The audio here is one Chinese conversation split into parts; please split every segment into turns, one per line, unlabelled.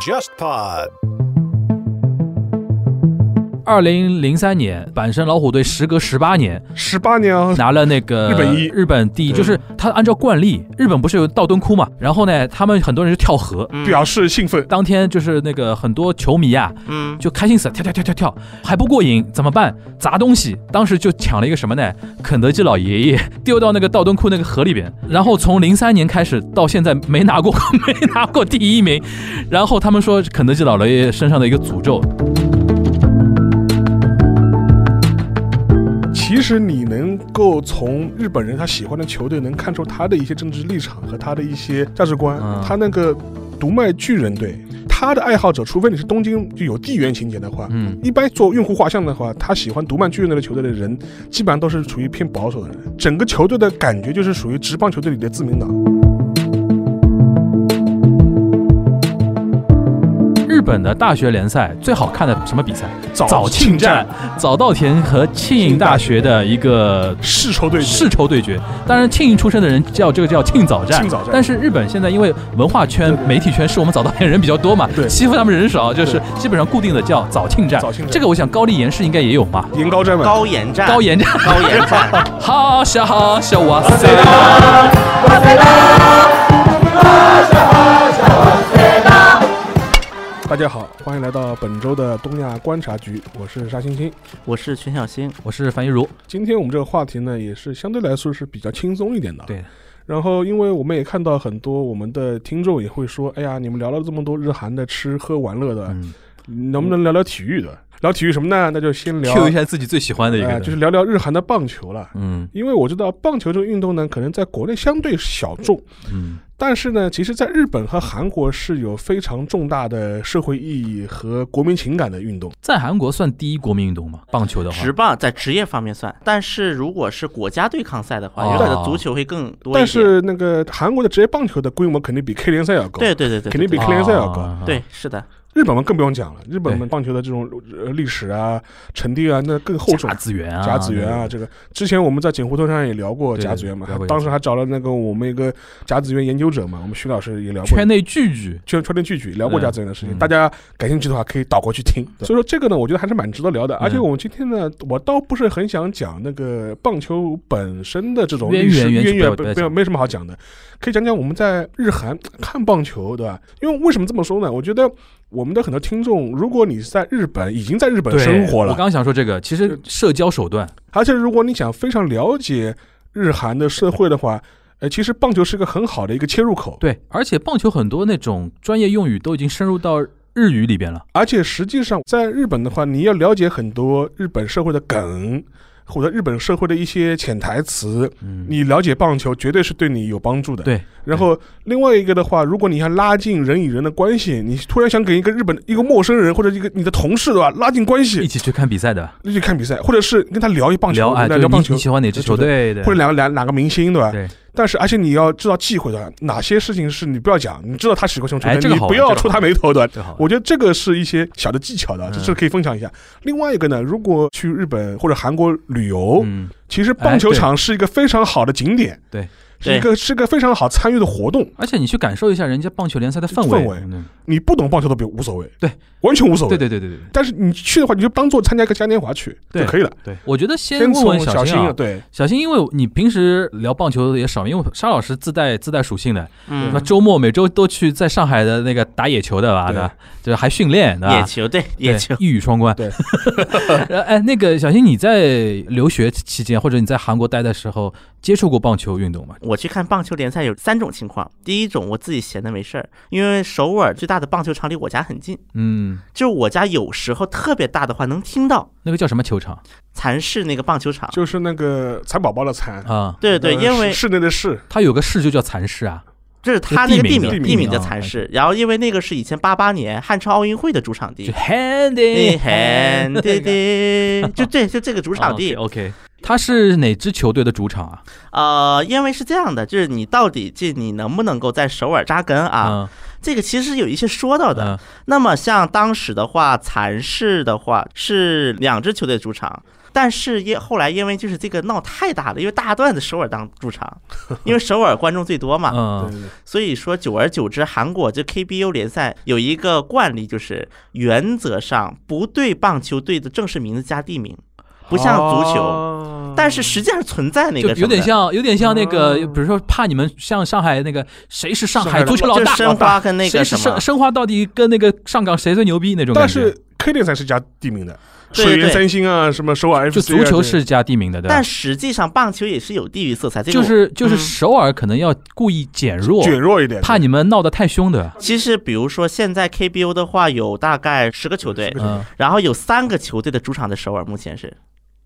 JustPod。
二零零三年，阪神老虎队时隔十八年
十八年啊，
拿了那个
日本一
日本第一，
对
就是他按照惯例，日本不是有道顿窟嘛，然后呢，他们很多人就跳河。
表示兴奋。
当天就是那个很多球迷啊，
嗯，
就开心死了，跳跳跳跳跳，还不过瘾，怎么办？砸东西。当时就抢了一个什么呢？肯德基老爷爷丢到那个道顿窟那个河里边，然后从零三年开始到现在没拿过 没拿过第一名。然后他们说肯德基老爷爷身上的一个诅咒，
其实你能够从日本人他喜欢的球队能看出他的一些政治立场和他的一些价值观。
嗯
他那个独卖巨人队，他的爱好者，除非你是东京就有地缘情节的话。
嗯，
一般做用户画像的话，他喜欢独卖巨人队的球队的人，基本上都是属于偏保守的人。整个球队的感觉就是属于职棒球队里的自民党。
日本的大学联赛最好看的什么比赛？
早
早庆战，早稻田和庆应大学的一个
世仇对决
世仇对决。当然，庆应出身的人叫这个叫庆早战。
庆早战
但是日本现在因为文化圈
对、对
媒体圈是我们早稻田人比较多嘛，
对
欺负他们人少，就是
对
基本上固定的叫早庆战。
早庆战啊
这个我想高丽岩市应该也有嘛。
岩高战嘛，
高岩站，
高岩战，
高岩站，
好笑好笑，哇塞！
啊大家好，欢迎来到本周的东亚观察局，我是沙欣欣。
我是全小新，
我是樊一茹，
今天我们这个话题呢，也是相对来说是比较轻松一点的。啊
对。
然后，因为我们也看到很多我们的听众也会说：“哎呀，你们聊了这么多日韩的吃喝玩乐的，
嗯
能不能聊聊体育的？聊体育什么呢？那就先聊，
，Q 一下自己最喜欢的一个
哎
人，
就是聊聊日韩的棒球了。
嗯
因为我知道棒球这个运动呢，可能在国内相对小众，
嗯
但是呢，其实在日本和韩国是有非常重大的社会意义和国民情感的运动。
在韩国算第一国民运动吗？棒球的话，
职棒在职业方面算，但是如果是国家对抗赛的话，
哦
有的足球会更多一点。
但是那个韩国的职业棒球的规模肯定比 K 联赛要高，
对对对对，
肯定比
对
K 联赛要高。
啊
对是的，
日本嘛更不用讲了，日本
对
嘛棒球的这种呃历史啊、沉淀啊，那更厚重
甲。子园啊，
甲子园啊，这个之前我们在锦湖头上也聊过
对
甲子园嘛
聊过，一次
当时还找了那个我们一个甲子园研究者嘛，我们徐老师也聊过
圈。内聚聚，
圈圈内聚聚聊过甲子园的事情，
嗯
大家感兴趣的话可以倒过去听。
对
所以说这个呢，我觉得还是蛮值得聊的。而且
嗯
我们今天呢，我倒不是很想讲那个棒球本身的这种
渊
历史
源
渊
源
源，
不
不
要不要
没有
讲
没什么好讲的，可以讲讲我们在日韩看棒球，对吧？因为为什么这么说呢？我觉得我们的很多听众，如果你是在日本已经在日本
对
生活了
我，刚想说这个，其实社交手段，
而且如果你想非常了解日韩的社会的话，呃，其实棒球是个很好的一个切入口。
对，而且棒球很多那种专业用语都已经深入到日语里边了。
而且实际上，在日本的话，你要了解很多日本社会的梗，或者日本社会的一些潜台词，
嗯，
你了解棒球绝对是对你有帮助的。。
对，
然后另外一个的话，如果你想拉近人与人的关系，你突然想给一个日本一个陌生人或者一个你的同事对吧拉近关
一
系，
起去看比赛的，
那就看比赛，或者是跟他聊一棒球，
聊哎，
聊
就是
聊
你
棒球
你，喜欢哪支球队的，
或者两个两哪个明星对吧？
对，
但是而且你要知道忌讳的，哪些事情是你不要讲，你知道他喜欢什么球
哎
队，
这个
你
好
不
玩这
要
个
触
好
他眉头的。
最好
我觉得这个是一些小的技巧的，这
嗯
是可以分享一下。另外一个呢，如果去日本或者韩国旅游，
嗯，
其实
哎
棒球
对
场是一个非常好的景点，
对，
是一个是个非常好参与的活动。
而且你去感受一下人家棒球联赛的氛
氛
围
围，
嗯
你不懂棒球都别无所谓，
对，
完全无所谓。
对对对对对。
但是你去的话，你就当做参加一个嘉年华去
对
就可以了。
对，我觉得先
先
问
从
问
小
新
新
啊，
对，
小新，因为你平时聊棒球的也少，因为沙老师自带自带属性的，
嗯
那，周末每周都去在上海的那个打野球的吧，
对
对吧？就是还训练，对吧？
野球对野
对
球，
一语双关。
对，
哎，那个小新，你在留学期间或者你在韩国待的时候，接触过棒球运动吗？
我去看棒球联赛有三种情况，第一种我自己闲的没事儿，因为首尔最大的棒球场离我家很近，
嗯，
就是我家有时候特别大的话能听到
那个叫什么球场
蚕室那个棒球场。
就是那个蚕宝宝的
嗯
蚕，
啊？
对对，
呃
因为
室室内的室，
它有个市就叫蚕市啊。
这是他那个
地
地
名
的
名
地
地
名
名叫
啊
蚕室，然后因为那个是以前八八年汉城奥运会的主场地
就，handy
很对对，就这就这个主场地，
哦 OK，它是哪支球队的主场啊？
呃，因为是这样的，就是你到底这你能不能够在首尔扎根啊？
嗯，
这个其实有一些说到
好
的。，那么像当时的话，蚕市的话是两支球队主场，但是也后来因为就是这个闹太大了，因为大段子首尔当主场，因为首尔观众最多嘛，
对
嗯，
对对
所以说久而久之，韩国这 KBO 联赛有一个惯例，就是原则上不对棒球队的正式名字加地名，不像足球，
哦
但是实际上存在那
就
个哦
有点
什么的。
像有点像那个，
嗯
比如说怕你们像上海那个谁是上
上海
海
的
足球老
就
大，
申花跟那
谁
个
是
什么
申，申花到底跟那个上港谁最牛逼那种感
但
觉。
是 K 联赛是加地名的，
对
水
对
源三星啊，什么首尔 FC，
就
啊
足球
对
是加地名的，对吧
但？实际上棒球也是有地域色彩。这个
就
我
是就是
嗯
首尔可能要故意减弱，
卷弱一点，
怕你们闹得太凶的。
其实比如说现在 KBO 的话有大概十个球队
10，个
嗯，
然后有三个球队的主场的首尔目前是，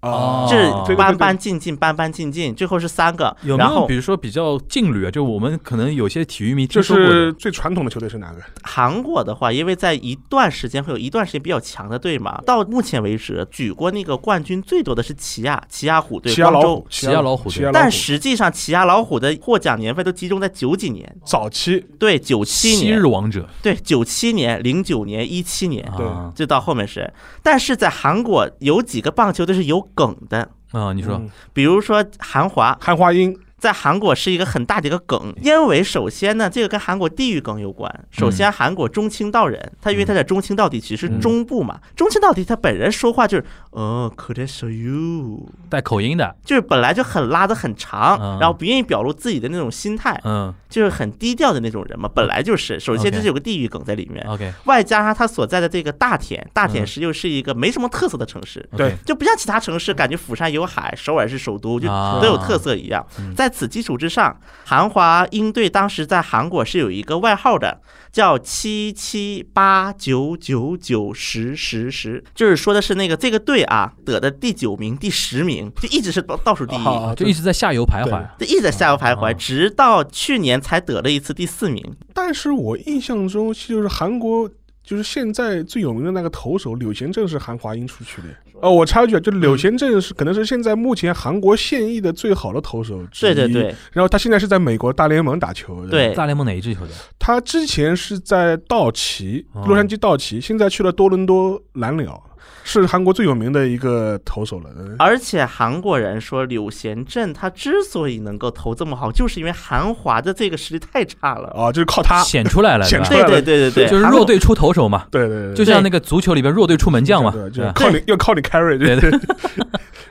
啊，
哦
这
对对
搬
对
搬进进搬搬进进，最后是三个，
有没
然
有
后
比如说比较劲旅啊？就我们可能有些体育迷
就
听说过
是
的，
最传统的球队是哪个？
韩国的话，因为在一段时间会有一段时间比较强的队嘛，到目前为止举过那个冠军最多的是起亚起亚虎队
齐亚
光
老
州
虎，，
齐亚老虎队
齐亚老虎，
但实际上起亚老虎的获奖年份都集中在九几年，
早期
对九七
昔
年
日，王者
对九七年、零九年、一七年，
对
啊，
就到后面是，但是在韩国有几个棒球队是有梗的，
啊，你说
嗯
比如说韩华，
汉化音
在韩国是一个很大的一个梗，
嗯
因为首先呢，这个跟韩国地域梗有关。首先，韩国中青道人，他因为他在中青道地区是
嗯
中部嘛，中青道地区他本人说话就是呃 k o r e s you，
带口音的，
就是本来就很拉的很
嗯
长，然后不愿意表露自己的那种心态，
嗯
就是很低调的那种人嘛，本来就是。首先，
OK
这是有个地域梗在里面，
，OK，
外加上他所在的这个大田，大田
嗯
市又是一个没什么特色的城市，
对
就不像其他城市，感觉釜山有海，首尔是首都，就
啊
都有特色一样
嗯。
在此基础之上，韩华鹰队当时在韩国是有一个外号的，叫七七八九九九十十十，就是说的是那个这个队啊得的第九名、第十名，就一直是倒倒数第一。
啊，
就一直在下游徘徊
对。
就一直在下游徘
啊
徊，直到去年才得了一次第四名。
但是我印象中，就是韩国就是现在最有名的那个投手柳贤镇是韩华英出去的。哦，我插一句啊，就柳贤镇是可能是现在目前韩国现役的最好的投手之
对
一。
对。对
然后他现在是在美国大联盟打球的。，
对，
大联盟哪一支球队？
他之前是在道奇，
哦
洛杉矶道奇，现在去了多伦多蓝鸟，是韩国最有名的一个投手了。嗯
而且韩国人说柳贤镇他之所以能够投这么好，就是因为韩华的这个实力太差了。
哦，就是靠他。
显出来了，
显出
吧
来
对对对对对，
就是
韩
弱
国
队出投手嘛，
对对对，
就像那个足球里边弱队出门将嘛，
对，
对
就是
吧？
靠你，要靠你 carry。
对
对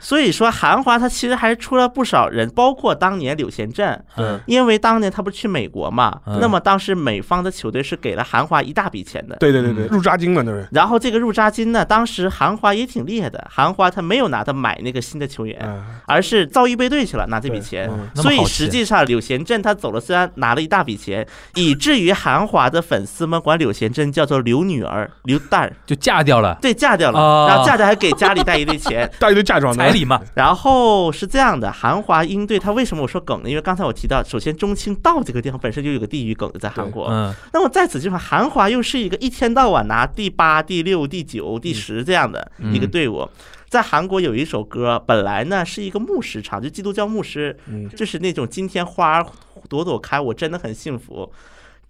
所以说韩华他其实还是出了不少人，包括当年柳贤镇，
嗯
因为当年他不是去美国嘛，
嗯
那么当时美方的球队是给了韩华一大笔钱的。
对对对对，
嗯
入扎金嘛，那是。
然后这个入扎金呢，当时韩华也挺厉害的，韩华他没有拿他买那个新的球员，
啊，
而是造预备队去了，拿这笔
对
钱。
嗯。
嗯那么
所以
好
实
奇啊
际上，柳贤镇他走了，虽然拿了一大笔钱，以至于韩华的粉丝们管柳贤镇叫做“柳女儿”“柳蛋儿
就嫁掉”，了，
对，嫁掉
哦
了，然后嫁掉还给家里带一堆钱
带一堆嫁妆的
彩礼嘛，
然后是这样的，韩华鹰队他为什么我说梗呢？因为刚才我提到，首先中青道这个地方本身就有个地域梗的在韩国，
嗯，
那么在此基础上，韩华又是一个一天到晚拿第八、第六、第九、第十这样的一个
嗯
队伍。在韩国有一首歌，本来呢是一个牧师唱，就基督教牧师，
嗯
就是那种今天花儿朵朵开，我真的很幸福。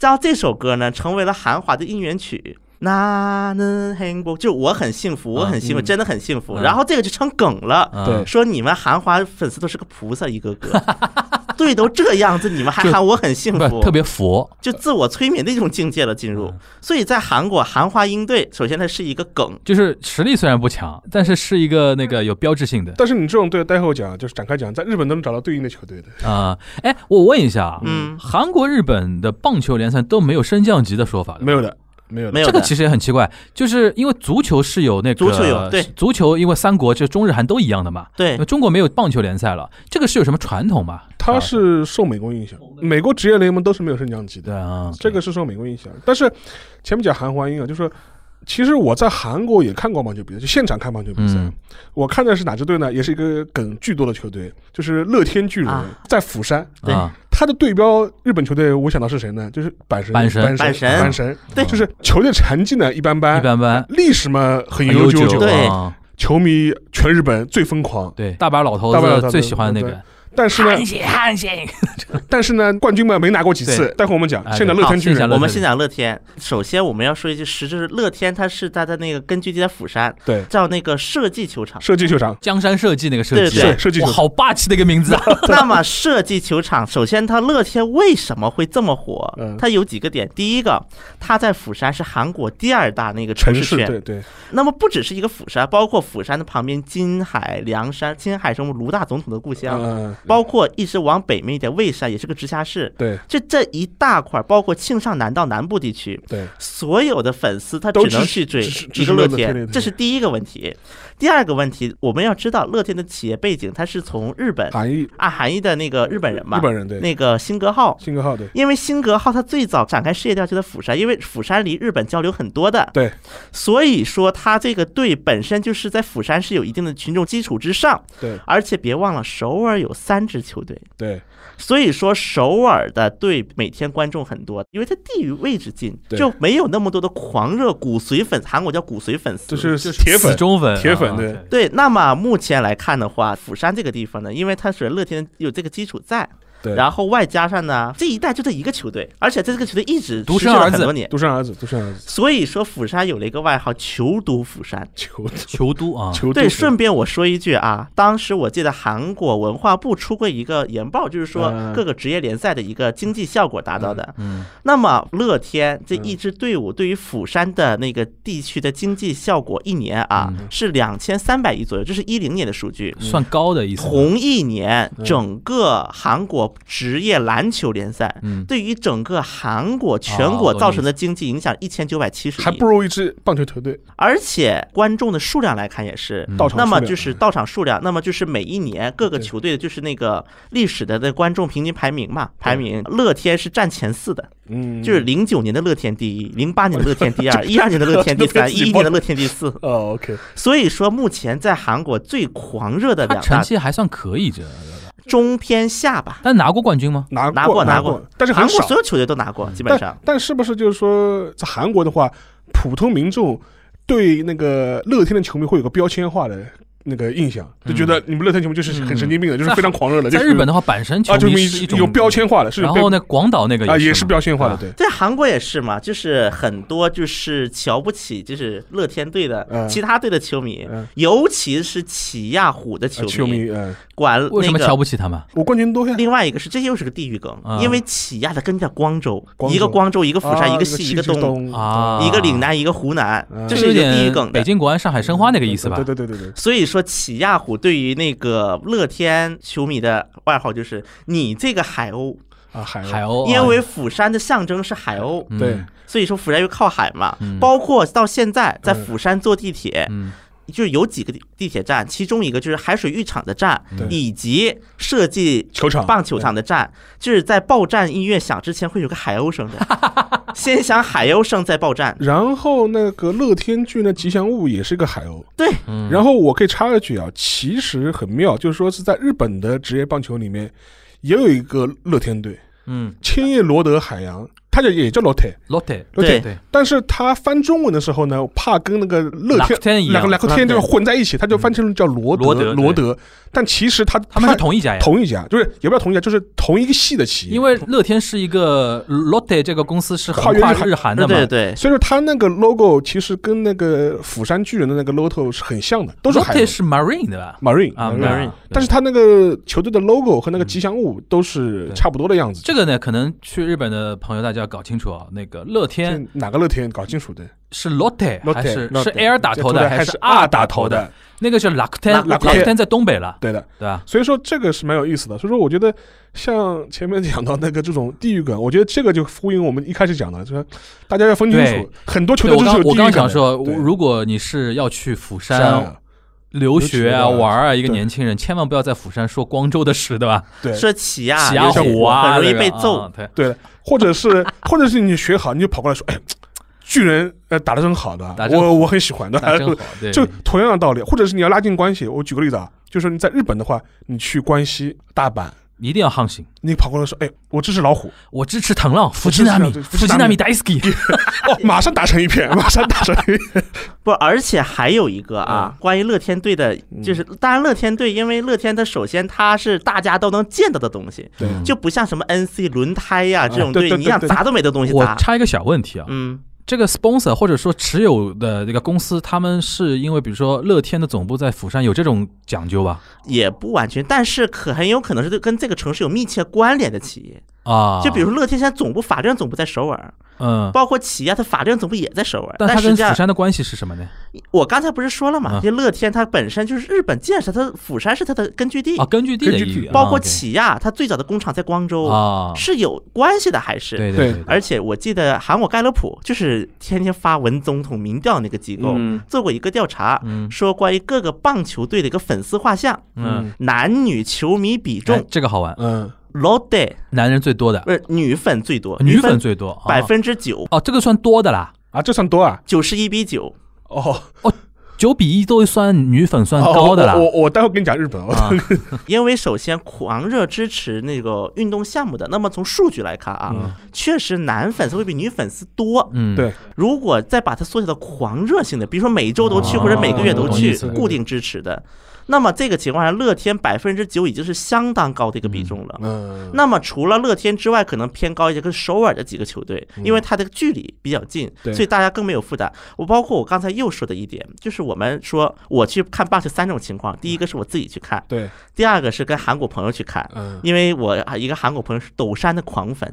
然后这首歌呢，成为了韩华的应援曲。那能幸福，就我很幸福，我很幸福，
嗯
真的很幸福。
嗯
然后这个就成梗了，
嗯
对
说你们韩华粉丝都是个菩萨一个个，对，都这样子，你们还
就
喊我很幸
不是
福，
特别佛，
就自我催眠的一种境界了进入。所以在韩国，韩华鹰队首先它是一个梗，
就是实力虽然不强，但是是一个那个有标志性的
但是你这种队待会儿讲，就是展开讲，在日本都能找到对应的球队的。
啊。哎，我问一下啊，
嗯，
韩国、日本的棒球联赛都没有升降级的说法的。
没有的，没有的。
没有
这
的
个其实也很奇怪，就是因为足球是有那个
足球有对
足球，因为三国就中日韩都一样的嘛，
对
那中国没有棒球联赛了，这个是有什么传统吗？啊
他是受美国影响，美国职业联盟都是没有升降级
对
的，
啊，
这个是受美国影响。但是前面讲韩华英啊，就是说其实我在韩国也看过棒球比赛，就现场看棒球比赛。
嗯
我看的是哪支队呢？也是一个梗巨多的球队，就是乐天巨人，
啊
在釜山。
对
啊，
他的对标日本球队，我想到是谁呢？就是阪神。
阪
阪
神
阪
阪神
神，阪神。
对
就是球队成绩呢一般般，
一般般，
历史嘛哎
很
很悠
悠久
久，
对
啊
球迷全日本最疯狂。
对，大阪老头
大阪老头
子
子
最喜欢那个，
但是呢，
血汗血，
但是呢，冠军们没拿过几次
对。
待会我们讲
哎，
现在乐
好
天巨
现在
人
乐，
我们先讲乐天，首先我们要说一句实，就是乐天它是它的那个根据地在釜山，
对
叫那个社稷球场。
射击球场
江山社稷那个社
对
稷，
对
是设计球
哇，
场，
好霸气的一个名字啊！
那么社稷球场，首先它乐天为什么会这么火
嗯？
它有几个点，第一个，它在釜山是韩国第二大那个
城
市
市
圈，
对对
那么不只是一个釜山，包括釜山的旁边金海、梁山，金海是我们卢大总统的故乡，
嗯，
包括一直往北面一点蔚山也是个直辖市。
对
这这一大块，包括庆尚南道南部地区，
对
所有的粉丝他
都
只能
支
去追
支支
一
持
个乐
乐天对
天，
对
这是第一个问题。第二个问题，我们要知道乐天的企业背景，它是从日本
韩裔
啊韩裔的那个日本人嘛
日，本人对，
那个辛格号，
新格号对
因为辛格号它最早展开事业调就在釜山，因为釜山离日本交流很多的，
对，
所以说它这个队本身就是在釜山是有一定的群众基础之上，
对
而且别忘了首尔有三支球队，
对
所以说首尔的队每天观众很多，因为它地域位置近，
对
就没有那么多的狂热骨髓粉，韩国叫骨髓粉丝，
这是铁
死
粉
忠粉，
铁粉
啊
对
对。那么目前来看的话，釜山这个地方呢，因为它是乐天有这个基础在，
对，
然后外加上呢，这一代就这一个球队，而且这个球队一直
独
持续
生
了
儿
很
子
多年。
独生儿子独生儿子
所以说，釜山有了一个外号“球都釜山
球
球都啊，
球”。
对，顺便我说一句啊，当时我记得韩国文化部出过一个研报，就是说
嗯
各个职业联赛的一个经济效果达到的。
嗯，
那么乐天这一支队伍对于釜山的那个地区的经济效果，一年啊
嗯
是两千三百亿左右，这是一零年的数据。
算高的意思。
同一年，
嗯
整个韩国职业篮球联赛
嗯，
对于整个韩国全
哦我
国
懂
造成的经济影响一千九百七十
还
亿
不，如一支棒球球
嗯
队
而且观众的数量来看也是。
嗯到场数
那
量。
么就是到场数量，那么就是每一年各个球队的就是那个历史的那观众平均排名嘛，排名乐天是占前四的，
嗯，
就是零九年的乐天第一，零 八年的乐天第二，一二年的乐天第三，
这
一
个自
一
己报
年的乐天第四。
哦 OK，
所以说，目前在韩国最狂热的
他
两
成
大
绩还算可以，这
中偏下吧，
但拿过冠军吗？
拿
拿
过
过拿
过
过，
但是
韩
很
国
少
所。有球队都拿过，基本上
但。但是不是就是说，在韩国的话，普通民众对那个乐天的球迷会有个标签化的那个印象，就觉
嗯
得你们乐天球迷就是很神经病的，就是非常狂热呃的。就
在
是
日本的话，阪神球
啊，球
迷
迷
是一种
有标，签化的，是
然
被
后呢，广岛那个
啊也
是
是
嘛
标签化的，
啊
对。
在韩国也是嘛，就是很多就是瞧不起就是乐天队的
嗯
其他队的球迷，
嗯
尤其是起亚虎的球
啊
迷，
球迷，嗯，
管
为什
那
么
个嗯
瞧不起他们？
我冠军多呀，
另外一个是，这又是个地域梗，
啊
因为起亚的根叫光州，
光州
一个光州，一个釜山，
啊
一个西，一个
西
东，
东
啊
一个岭南，一个湖南，
啊
这
这是
有
一个地域
点
梗
北
的。
京国安、上海申花那个意思吧
对？对对对对，
所以说，起亚虎对于那个乐天球迷的外号就是“你这个海鸥
啊，海
海
鸥，
鸥”，啊，
因为釜山的象征是海鸥，
嗯
对，
所以说釜山又靠海嘛
嗯。
包括到现在，在
嗯
釜山坐地铁，
嗯，
就是有几个地地铁站，其中一个就是海水浴场的站
对，
以及设计
球场，
棒球场的站，就是在报站音乐响之前会有个海鸥声的，先响海鸥声再报站。
然后那个乐天剧呢，吉祥物也是个海鸥。
对，
嗯
然后我可以插一句啊，其实很妙，就是说是在日本的职业棒球里面，也有一个乐天队，
嗯
千叶罗德海洋，它叫也叫 Lotte。
，Lotte，
对
对，
但是它翻中文的时候呢，怕跟那个乐天
Rakuten 一样嗯
两个两个
Rakuten
天就是混在一起，它就翻成叫罗德
罗德对
罗德。但其实它
他们是同一家呀。
同一家，就是也不叫同一家，就是同一个系的企业。
因为乐天是一个 Lotte 这个公司是
跨
横
越
跨
日韩
日韩的
对
嘛
对，对，
所以说它那个 logo 其实跟那个釜山巨人的那个 logo 是很像的，都是海
Lotte
鸥
是 Marine 对吧？
marine
啊
marine
，Marine，
但是它那个球队的 logo 和那个吉祥物都是
对
差不多的样子。
这个呢，可能去日本的朋友大家要搞清楚啊，那个乐天
这哪个乐天搞清楚的
是 Lotte 还
Lotte，
是
Lotte，
是 L 打头
这
的
还
是
是 R
打
打
头
头
的？
的？
那个是 Rakuten
Rakuten
Rakuten 在东北了，
对的。
对吧？
所以说这个是蛮有意思的。所以说我觉得像前面讲到那个这种地域梗，我觉得这个就呼应我们一开始讲的，就是大家要分清
对
楚，很多球
对
队
我
都
刚
是有地
我
域
刚
梗
刚
的。
想说，
对
如果你是要去釜山啊
山啊
留学啊
留学的
玩儿啊，一个
对
年轻人千万不要在釜山说光州的事，对吧？
对
说起亚
起亚虎啊，
很容易
这个
被
啊
揍。
对，
对，或者是或者是你学好，你就跑过来说，哎，巨人呃打的真好的
打，真好
我我很喜欢的
那真。好，对，
就同样的道理，或者是你要拉近关系，我举个例子啊，就是你在日本的话，你去关西、大阪，
一定要航行。
你跑过来说，哎，我支持老 虎，
我支持藤浪，福
我
吉
支持
纳米，
藤浪
福吉纳米 d a i s k
哦，马上打成一片， 马上打成一 片。
不，而且还有一个啊，关于乐天队的，就是当然乐天队，因为乐天它首先它是大家都能见到的东西，
对
就不像什么 NC 轮胎呀、
啊
这种
对
队，
对
你
对
想
对
砸都没得东西
我
砸。
插一个小问题啊，
嗯，
这个 sponsor 或者说持有的这个公司，他们是因为比如说乐天的总部在釜山，有这种讲究吧？
也不完全，但是可很有可能是跟这个城市有密切关联的企业，
啊，
就比如说乐天现在总部法律上总部在首尔，
嗯，
包括起亚它法律上总部也在首尔，
但它
实
跟
际上
釜山的关系是什么呢？
我刚才不是说了嘛，
嗯
就乐天它本身就是日本建设，它釜山是它的根据地
啊，，根据地的啊
根据
意
地
义，
包括
企
起亚它最早的工厂在光州，
啊，
是有关系的，还是？
对
对
对，
而且我记得韩国盖勒普就是天天发文总统民调那个机构、
嗯
做过一个调查，
嗯
说关于各个棒球队的一个粉丝画像，
嗯，
男女球迷比
哎
重
这个好玩，
嗯，
，Lotte
男人最多的
不，是女粉最多，
女
粉
粉最多，啊
百分之九，
哦，这个算多的啦，
啊，这算多啊？
九十一比九。
哦，
九比一都算女粉算高的啦
哦。我我我待会跟你讲日本，我
啊，
因为首先狂热支持那个运动项目的，那么从数据来看啊，确实男粉丝会比女粉丝多。
嗯，
对
如果再把它缩小到狂热性的，比如说每周都去
哦
或者每个月都
懂意
去
思，
固定支持的，那么这个情况下，乐天百分之九已经是相当高的一个比重了。
嗯，
那么除了乐天之外，可能偏高一些，跟首尔的几个球队，因为它的距离比较近，
嗯对
所以大家更没有负担。我包括我刚才又说的一点，就是我们说我去看棒球三种情况，第一个是我自己去看，
对，
第二个是跟韩国朋友去看，
嗯，
因为我啊一个韩国朋友是斗山的狂粉，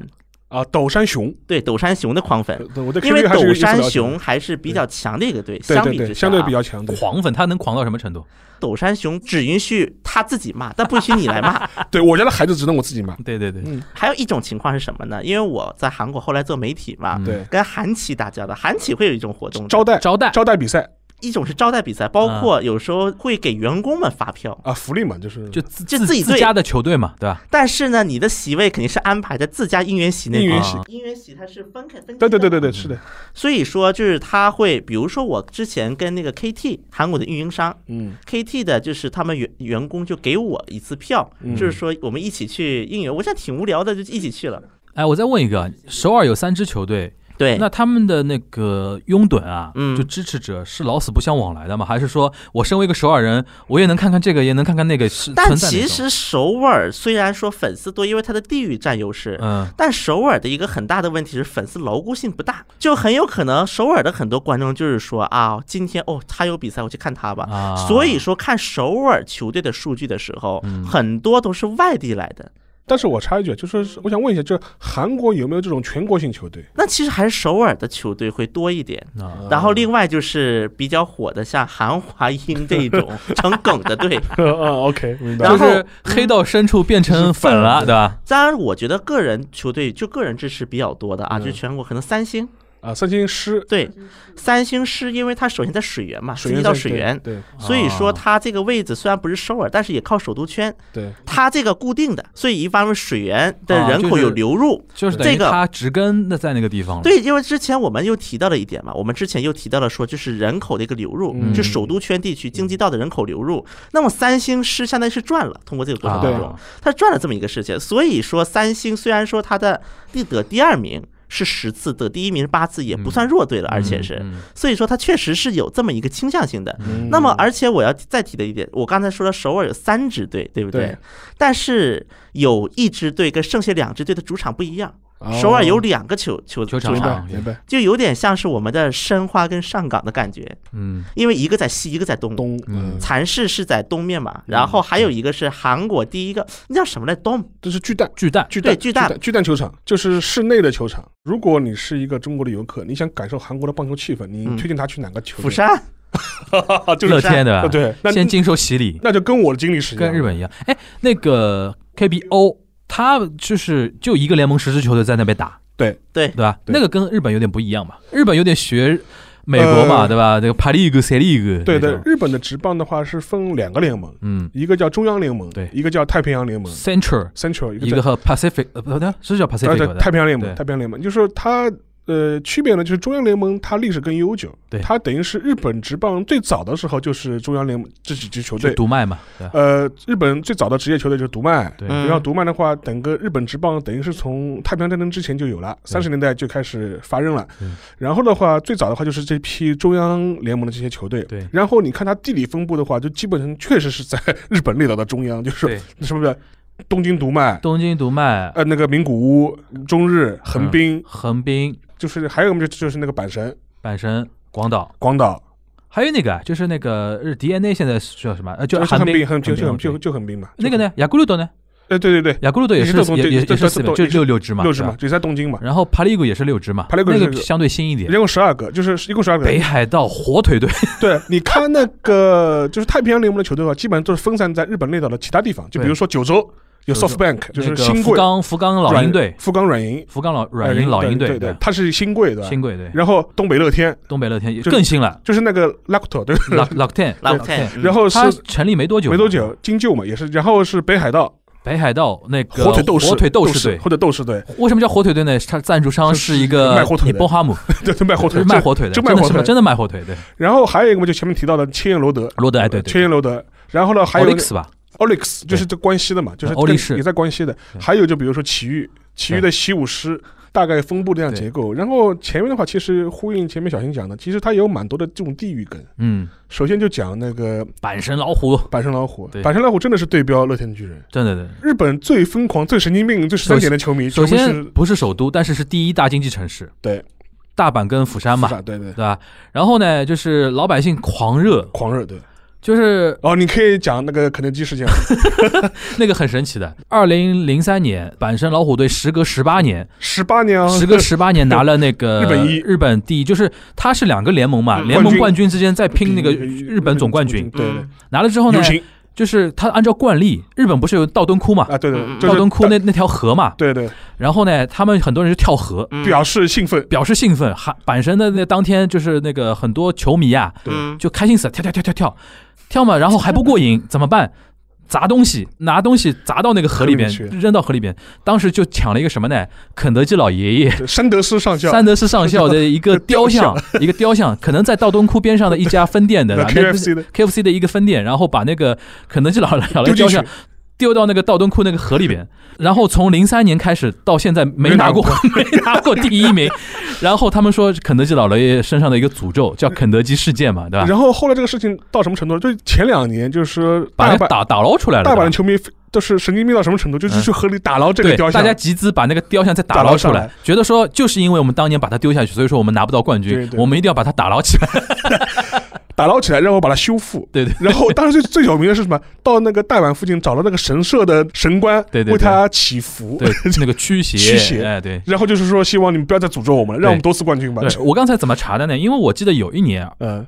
啊，斗山熊，
对斗山熊的狂粉，
我对
因为
KTV 还是
斗
有所
山
了解
熊还是比较强的一个队，
对
相
对
比
对，
之下，
相对比。较强， 对
狂粉他能狂到什么程度？
斗山熊只允许他自己骂，但不允许你来骂。
对，我家的孩子只能我自己骂，
对对对，
还有一种情况是什么呢？因为我在韩国后来做媒体嘛，
嗯
对，
跟韩企打交道，韩企会有一种活动的，
招待
招待
招待比赛
一种是招待比赛，包括有时候会给员工们发票。
啊，福利嘛，就是
就自
就
自
自己
自
队
家的球队嘛，对吧？
但是呢，你的席位肯定是安排在自家应援席那
应
边
援
啊。
席，
应援席它是分开分
对对对
对。
对对，是的，
所以说，就是他会，比如说我之前跟那个 KT 韩国的运营商
嗯
KT 的，就是他们员员工就给我一次票，就是说我们一起去应援。我现在挺无聊的，就一起去了。
哎，我再问一个，首尔有三支球队，
对，
那他们的那个拥趸啊，
嗯
就支持者是老死不相往来的吗？还是说我身为一个首尔人，我也能看看这个，也能看看那个是
但
存在的
其
那种
实首尔虽然说粉丝多，因为它的地域占优势，
嗯，
但首尔的一个很大的问题是粉丝牢固性不大，就很有可能首尔的很多观众就是说啊，今天哦他有比赛，我去看他吧。
啊
所以说看首尔球队的数据的时候，
嗯
很多都是外地来的。
但是我插一句，就是说我想问一下，就是韩国有没有这种全国性球队？
那其实还是首尔的球队会多一点。
啊
嗯
然后另外就是比较火的，像韩华英这种 成梗的队，
啊，OK，明
然
就
后
是黑到深处变成粉了，对吧？
当然我觉得个人球队就个人支持比较多的啊，
嗯
就全国可能三星
啊，三星师
对，三星是因为它首先在水源嘛，
水
涉
源
啊及到
赛
水
对
源，
对
所以
哦
说它这个位置虽然不是首尔，但是也靠首都圈，
对，
它这个固定的，所以一方面水源的
啊
人口
就是
有流入，
就是等于
这个
他植根的在那个地方了。
对，因为之前我们又提到了一点嘛，我们之前又提到了说，就是人口的一个流入，
嗯
就首都圈地区经济道的人口流入。那么三星是相当于是赚了，通过这个过程当中
啊，
他赚了这么一个事情。所以说，三星虽然说他的地得第二名是十次，得第一名是八次，也不算弱队了，而且是，
嗯
所以说他确实是有这么一个倾向性的。
嗯
那么，而且我要再提的一点，我刚才说了，首尔有三支队，对不
对
但是有一支队跟剩下两支队的主场不一样。
哦
首尔有两个球球
球场
场
明白
啊
明白，
就有点像是我们的申花跟上港的感觉，
嗯，
因为一个在西，一个在东。
东
嗯
嗯，
蚕室是在东面嘛，然后还有一个是韩国第一个，那叫什么来？东
这是巨蛋。
巨蛋
巨蛋，
对巨蛋
巨蛋球场就是室内的球场。如果你是一个中国的游客，你想感受韩国的棒球气氛，你
嗯
推荐他去哪个球队？
釜山，
啊， 就是
乐天对吧？
啊，，对，那
先经受洗礼，
那就跟我的经历是一
跟
样的，
日本一样。哎，那个 KBO，它就是就一个联盟十支球队在那边打，
对
对
对吧？
对
那个跟日本有点不一样嘛，日本有点学美国嘛，
呃
对吧？这个 p a l i g u C League，
对
那
对
种，
日本的职棒的话是分两个联盟，
嗯
一个叫中央联盟，
对
一个叫太平洋联盟
，Central
嗯 （Central），一
一个
个叫
和 Pacific，呃，不对，是叫
呃
Pacific
对
吧
太平洋联盟
对，
太平洋联盟就是它呃，区别呢就是中央联盟它历史更悠久，
对
它等于是日本职棒最早的时候就是中央联盟这几支球
就
队。
独卖嘛，对吧
呃，日本最早的职业球队就是独曼，
对
嗯
然后独曼的话，整个日本职棒等于是从太平洋战争之前就有了，三十年代就开始发轫了
嗯。
然后的话，最早的话就是这批中央联盟的这些球队。
对
然后你看它地理分布的话，就基本上确实是在 日本列岛的中央，就是
对，
什么的东京独曼，
东京独卖、
呃，那个名古屋、中日、
嗯
横滨，
横滨、
就是还有一个就就是那个阪神、
阪神、广岛，
广岛，
还有那个就是那个日 DNA 现在叫什么？呃，就
就是
横
横
滨，
横
横
就就横
对
就就横滨嘛。
那个呢？雅库鲁多呢？
呃，对对对，
雅库鲁多也是
也是东
也也
对
也是
对
四
对
本，就
对
六六支嘛，
六支
对
嘛
吧，。
就在东京嘛，
然后帕利古也是六支嘛，
帕利古
那
是
个
六支
相对新一点
一。共十二个，就是一共十二个
北
人。
海道火腿队，
对，你看那个就是太平洋联盟的球队的话，基本上都是分散在日本列岛的其他地方，就比如说九州有
九州
SoftBank，
那
就是
个
新
福
贵、
冈福冈老鹰队，
富冈软银、
福冈老
呃
软银老鹰队，
对对对
吧，
它是新贵对吧？
新贵队，
然后东北乐天
东北乐天也
就
更新了
就是那个 Lacto 对吧，
，Lock Lock Ten
老
Lock Ten，
嗯
然后是
它成立没多久，
没多久，金鹫嘛也是，然后是北海道
北海道那个
火腿斗士
火腿斗士
士
队。
或者斗士 队，
为什么叫火腿队呢？它赞助商是一
是
个
卖火腿的
波哈姆，
对对卖火腿
是卖火腿的，
就
真
卖
的
火
是
腿
卖。真的卖火腿，对，
然后还有一个嘛，就前面提到的切彦罗德，
罗德哎，对对
切
对
彦罗德。然后呢，还有
，Olix 吧，
Olix，就是这关西的嘛，就是
欧力士
跟也在关西的。
对
还有就比如说奇遇，奇遇的习武师。大概分布这样结构，然后前面的话，其实呼应前面小新讲的，其实它有蛮多的这种地域梗。
嗯，
首先就讲那个
阪神老虎，
阪神老虎，
对
阪神老虎真的是对标乐天巨人，
真的对。
日本最疯狂、最神经病、最十三点的球迷，
首
全
先
部是
不是首都，但是是第一大经济城市，
对，
大阪跟釜山嘛
复，杂对对，
对吧？然后呢，就是老百姓狂热，
狂热对。
就是
哦，你可以讲那个肯德基事件，
那个很神奇的。二零零三年，阪神老虎队时隔十八年，
十八年啊，
时隔十八年拿了那个
日本一
日本第一，就是它是两个联盟嘛，
嗯
联盟
冠
冠军之间在拼那个日本总冠军，
对对
嗯，
拿了之后呢
友，情
就是他按照惯例，日本不是有道顿窟嘛，
啊，对对，
嗯
就
道
是
顿窟那那条河嘛，
对对，
然后呢，他们很多人就跳河。
嗯
表示兴奋，
表示兴奋，还阪神的那当天就是那个很多球迷啊，
嗯
就开心死了，跳跳跳跳跳，跳嘛，然后还不过瘾， 怎么办？砸东西，拿东西砸到那个河里边
河里面，
扔到河里边。当时就抢了一个什么呢？肯德基老爷 爷。
对山德斯上校，
三德士上 校的一个雕像，一个雕像，可能在道东窟边上的一家分店的
那 KFC 的
KFC 的一个分店，然后把那个肯德基老老爷
丢
爷
进
雕
去
像，丢到那个道东窟那个河里 边，然后从零三年开始到现在没拿过 没拿过第一名，然后他们说肯德基老爷爷身上的一个诅咒叫肯德基事件嘛，对吧？
然后后来这个事情到什么程度？就是前两年，就是
把
大
人
阪
打打捞出来了，
大阪
对吧
的球迷都是神经病到什么程度？就是
嗯
去河里打捞这个
对
雕像，
大家集资把那个雕像再
打
打
捞
捞出
上
来
来，
觉得说就是因为我们当年把它丢下去，所以说我们拿不到冠
对
军，
对
我们一定要把它打捞起来。
打捞起来，然后把它修复。
对对
然后当时最最有名的是什么？到那个大阪附近找了那个神社的神官，
对对对
为他祈福。
对，那个驱邪，
驱邪
哎，对。
然后就是说，希望你们不要再诅咒我们了，让我们多次冠军吧。
对，我刚才怎么查的呢？因为我记得有一年啊
嗯，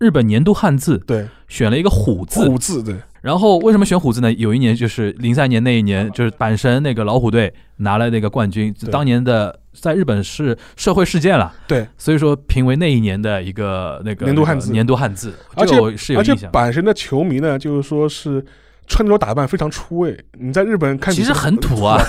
日本年度汉字
对，
选了一个虎字，
虎字对，
然后为什么选虎字呢？有一年就是零三年那一年，就是阪神那个老虎队拿了那个冠军，
嗯对
当年的在日本是社会事件了，
对，
所以说评为那一年的一个那个
年度汉字
年度汉字，
而且
这个我是有
而且
印象。
阪神的球迷呢，就是说是穿着打扮非常出位。你在日本看，
其实很土 啊，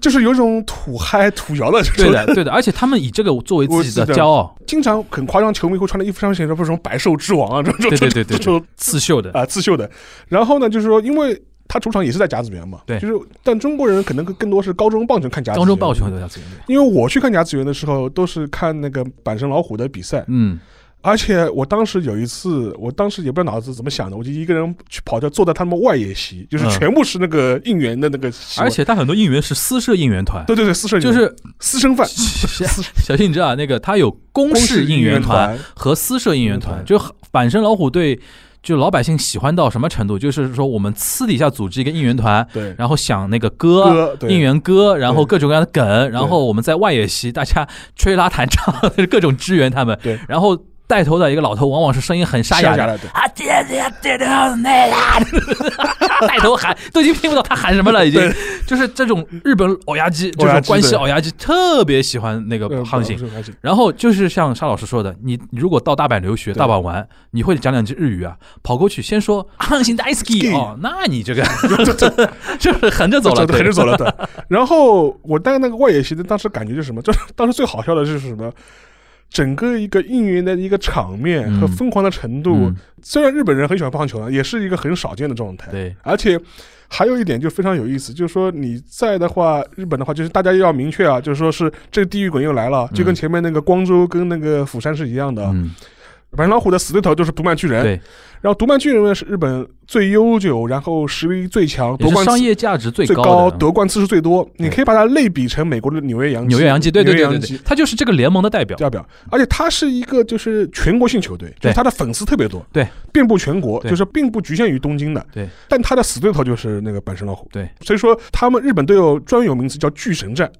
就是有一种土嗨土摇 的这种。
对的，对的，而且他们以这个作为自己的骄傲，
经常很夸张，球迷会穿的衣服上面写着不是什么“百兽之王”啊，这种
对对对 对
这种
刺绣 的，
啊刺绣的。然后呢，就是说，因为他主场也是在甲子园嘛，
对
就是但中国人可能更多是高中棒球看甲子园，
漳州暴球。的刺绣，
因为我去看甲子园的时候，都是看那个阪神老虎的比赛，
嗯，
而且我当时有一次，我当时也不知道脑子怎么想的，我就一个人去跑掉，坐在他们外野席，就是
嗯
全部是那个应援的那个席位，
而且他很多应援是私设应援团，
对对对，私生
就是
私生饭
小新，你知道啊那个他有公式应援团，和私设应援团，
嗯
就阪神老虎队，就老百姓喜欢到什么程度？就是说我们私底下组织一个应援团，
对
然后想那个歌。
歌对
应援歌，然后
对
各种各样的 梗，然后我们在外野席大家吹拉弹唱，各种支援他们。
对
然后带头的一个老头往往是声音很沙哑的。
下来的，
啊，爹爹爹爹那啦！ 带头喊，都已经听不到他喊什么了，已经
对
就是这种日本老鸭鸡，这
老鸭
种
鸡
关西
对
老鸭鸡，特别喜欢那个
呃
航行。
不是不是
然后就是像沙老师说的，你你如果到大阪留学、
对
大阪玩，你会讲两句日语啊，跑过去先说“航行大 S k 哦，那你这个 就是横着走了，
横
对
着走了的。然后我带那个外野席的，当时感觉就是什么？ 就是当时最好笑的是什么？整个一个应援的一个场面和
嗯
疯狂的程度，
嗯
虽然日本人很喜欢棒球啊，也是一个很少见的状态。
对，
而且还有一点就非常有意思，就是说你在的话，日本的话，就是大家要明确啊，就是说是这个地狱梗又来了，就跟前面那个光州跟那个釜山是一样的。
嗯，
软老虎的死对头就是独曼巨人，
对，
然后独曼巨人呢是日本最悠久，然后实力最强，
也
夺
是
冠
商
次
业价值最
最
高的
夺冠次数最多。你可以把它类比成美国的纽约洋基，
纽约洋基，对对对对
纽约
对
洋基，
他就是这个联盟的代表。
代表，而且它是一个就是全国性球队，就是它的粉丝特别多，
对，
遍布全国，
对
就是并不局限于东京的，
对。
但它的死对头就是那个阪神老虎，
对，
所以说他们日本都有专有名词叫巨神战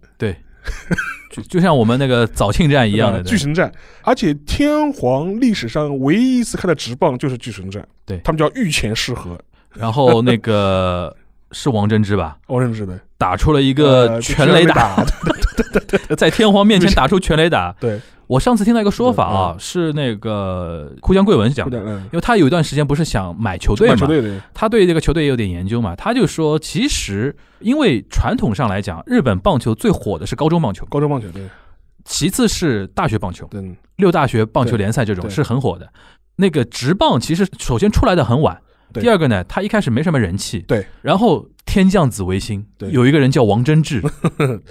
就就像我们那个早庆站一样
对
的，
吧巨神战，而且天皇历史上唯一一次看到直棒就是巨神战，
对
他们叫御前适合，
然后那个是王贞治吧，
我哦认识的，
打出了一个
呃
全垒打，
打，
在天皇面前打出全垒打。
对，
我上次听到一个说法啊，是那个哭江贵文讲的，
嗯
因，为他有一段时间不是想买球队
对
嘛，
对对，
他对这个球队也有点研究嘛，他就说，其实因为传统上来讲，日本棒球最火的是高中棒球，
高中棒球嗯对，
其次是大学棒球，
对，
六大学棒球联赛这种
对对
是很火的。那个职棒其实首先出来的很晚，
对
第二个呢，他一开始没什么人气，
对，
然后天降紫微星，
对
有一个人叫王贞 治，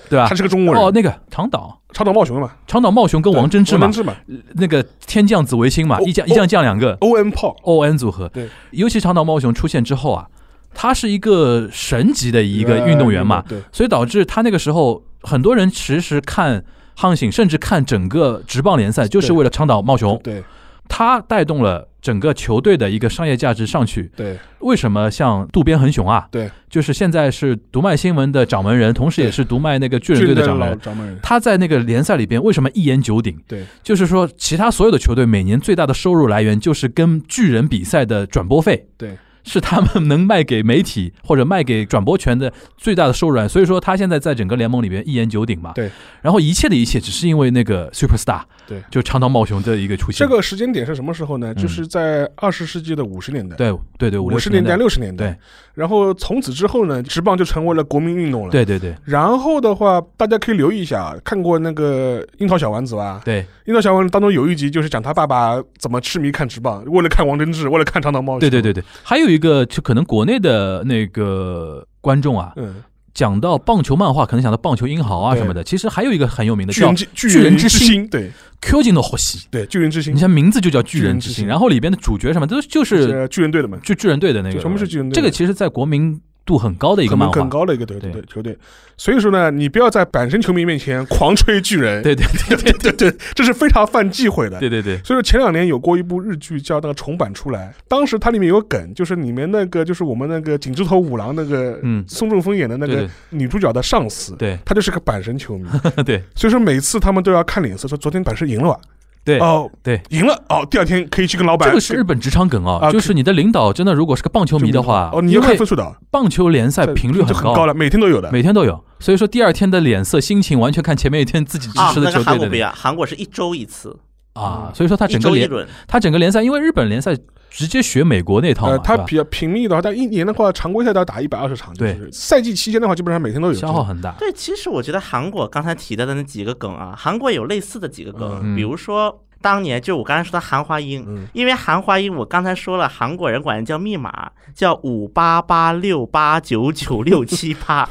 对吧
他？是个中国
哦，
人，
那个长岛，
长岛茂雄嘛，
长岛茂雄跟
对
王贞治嘛
王，贞治嘛
那个天降紫微星嘛，
哦
一降
哦
一降降两个
，O N 炮，
O N 组合，
对，
尤其长岛茂雄出现之后啊，他是一个神级的一个运动员嘛
呃，对，
所以导致他那个时候很多人其实看汉醒，甚至看整个职棒联赛，就是为了长岛茂雄，
对
他带动了整个球队的一个商业价值上去。
对
为什么像渡边恒雄啊？
对，
就是现在是读卖新闻的掌门人，同时也
对
是读卖那个巨
巨
人队
人
的
队
掌门
老
人。
掌门人，
他在那个联赛里边为什么一言九鼎？
对，
就是说其他所有的球队每年最大的收入来源就是跟巨人比赛的转播费。
对。
是他们能卖给媒体或者卖给转播权的最大的收入来源，所以说他现在在整个联盟里边一言九鼎嘛。
对，
然后一切的一切只是因为那个 superstar，
对
就长岛茂雄的一个出现。
这个时间点是什么时候呢？就是在二十世纪的五十年代，
嗯对对对，五
五
六
十
年
年代、六十年代。
对
然后从此之后呢，职棒就成为了国民运动了。。
对对对
然后的话，大家可以留意一下，看过那个《樱桃小丸子》吧？
对
《樱桃小丸子》当中有一集就是讲他爸爸怎么痴迷看职棒，为了看王贞治，为了看长岛茂雄。
对对对，对，还有一个就可能国内的那个观众啊，
嗯，
讲到棒球漫画，可能想到棒球英豪啊
对
什么的，其实还有一个很有名的
巨
叫
人
《
之巨
巨人
人
之
之
心
心，对
Q 金的火系》，
对，巨人之心
你，像名字就叫巨
巨
人
人
之
之
心，
心
然后里边的主角什么都就是
是巨人队的嘛？
就巨人队的那个，
全部是巨人队的
这个其实，在国民度很高的一个
可能
漫画
更。高的一个队
对
对球队，所以说呢，你不要在阪神球迷面前狂吹巨人，
对对对对
对对，这是非常犯忌讳的。
对对对，
所以说前两年有过一部日剧叫那个重版出来，当时它里面有个梗，就是里面那个就是我们那个井之头五郎那个
嗯
松重丰演的那
对
个
对
女主角的上司，
对
他就是个阪神球迷，
对
所以说每次他们都要看脸色，说昨天阪神赢了吧？
对
哦，
对，
赢了哦，第二天可以去跟老板
这个是日
跟
本职场梗啊，
啊
就是你的领导真的如果是个棒球迷的话，
哦，你
因
要
为
看分数的啊，
棒球联赛
这
频率
就
很
很了，每天都有的。
每天都有，所以说第二天的脸色、心情完全看前面一天自己支
啊，
持
那
的
个
球
韩
队
国不
的
一
脸
样，韩国是一周一次，
啊，所以说他
一
整个
周一
联
轮，
他整个联赛，因为日本联赛直接学美国那套
呃，
嘛，
它
对吧
比较频密的话，但一年的话，常规赛都要打一百二十场，就
对
是赛季期间的话，基本上每天都有。
消耗很大。
对，其实我觉得韩国刚才提到的那几个梗啊，韩国有类似的几个梗，
嗯
比如说当年就我刚才说的韩华英，
嗯
因为韩华英我刚才说了，韩国人管人叫密码，叫五八八六八九九六七八。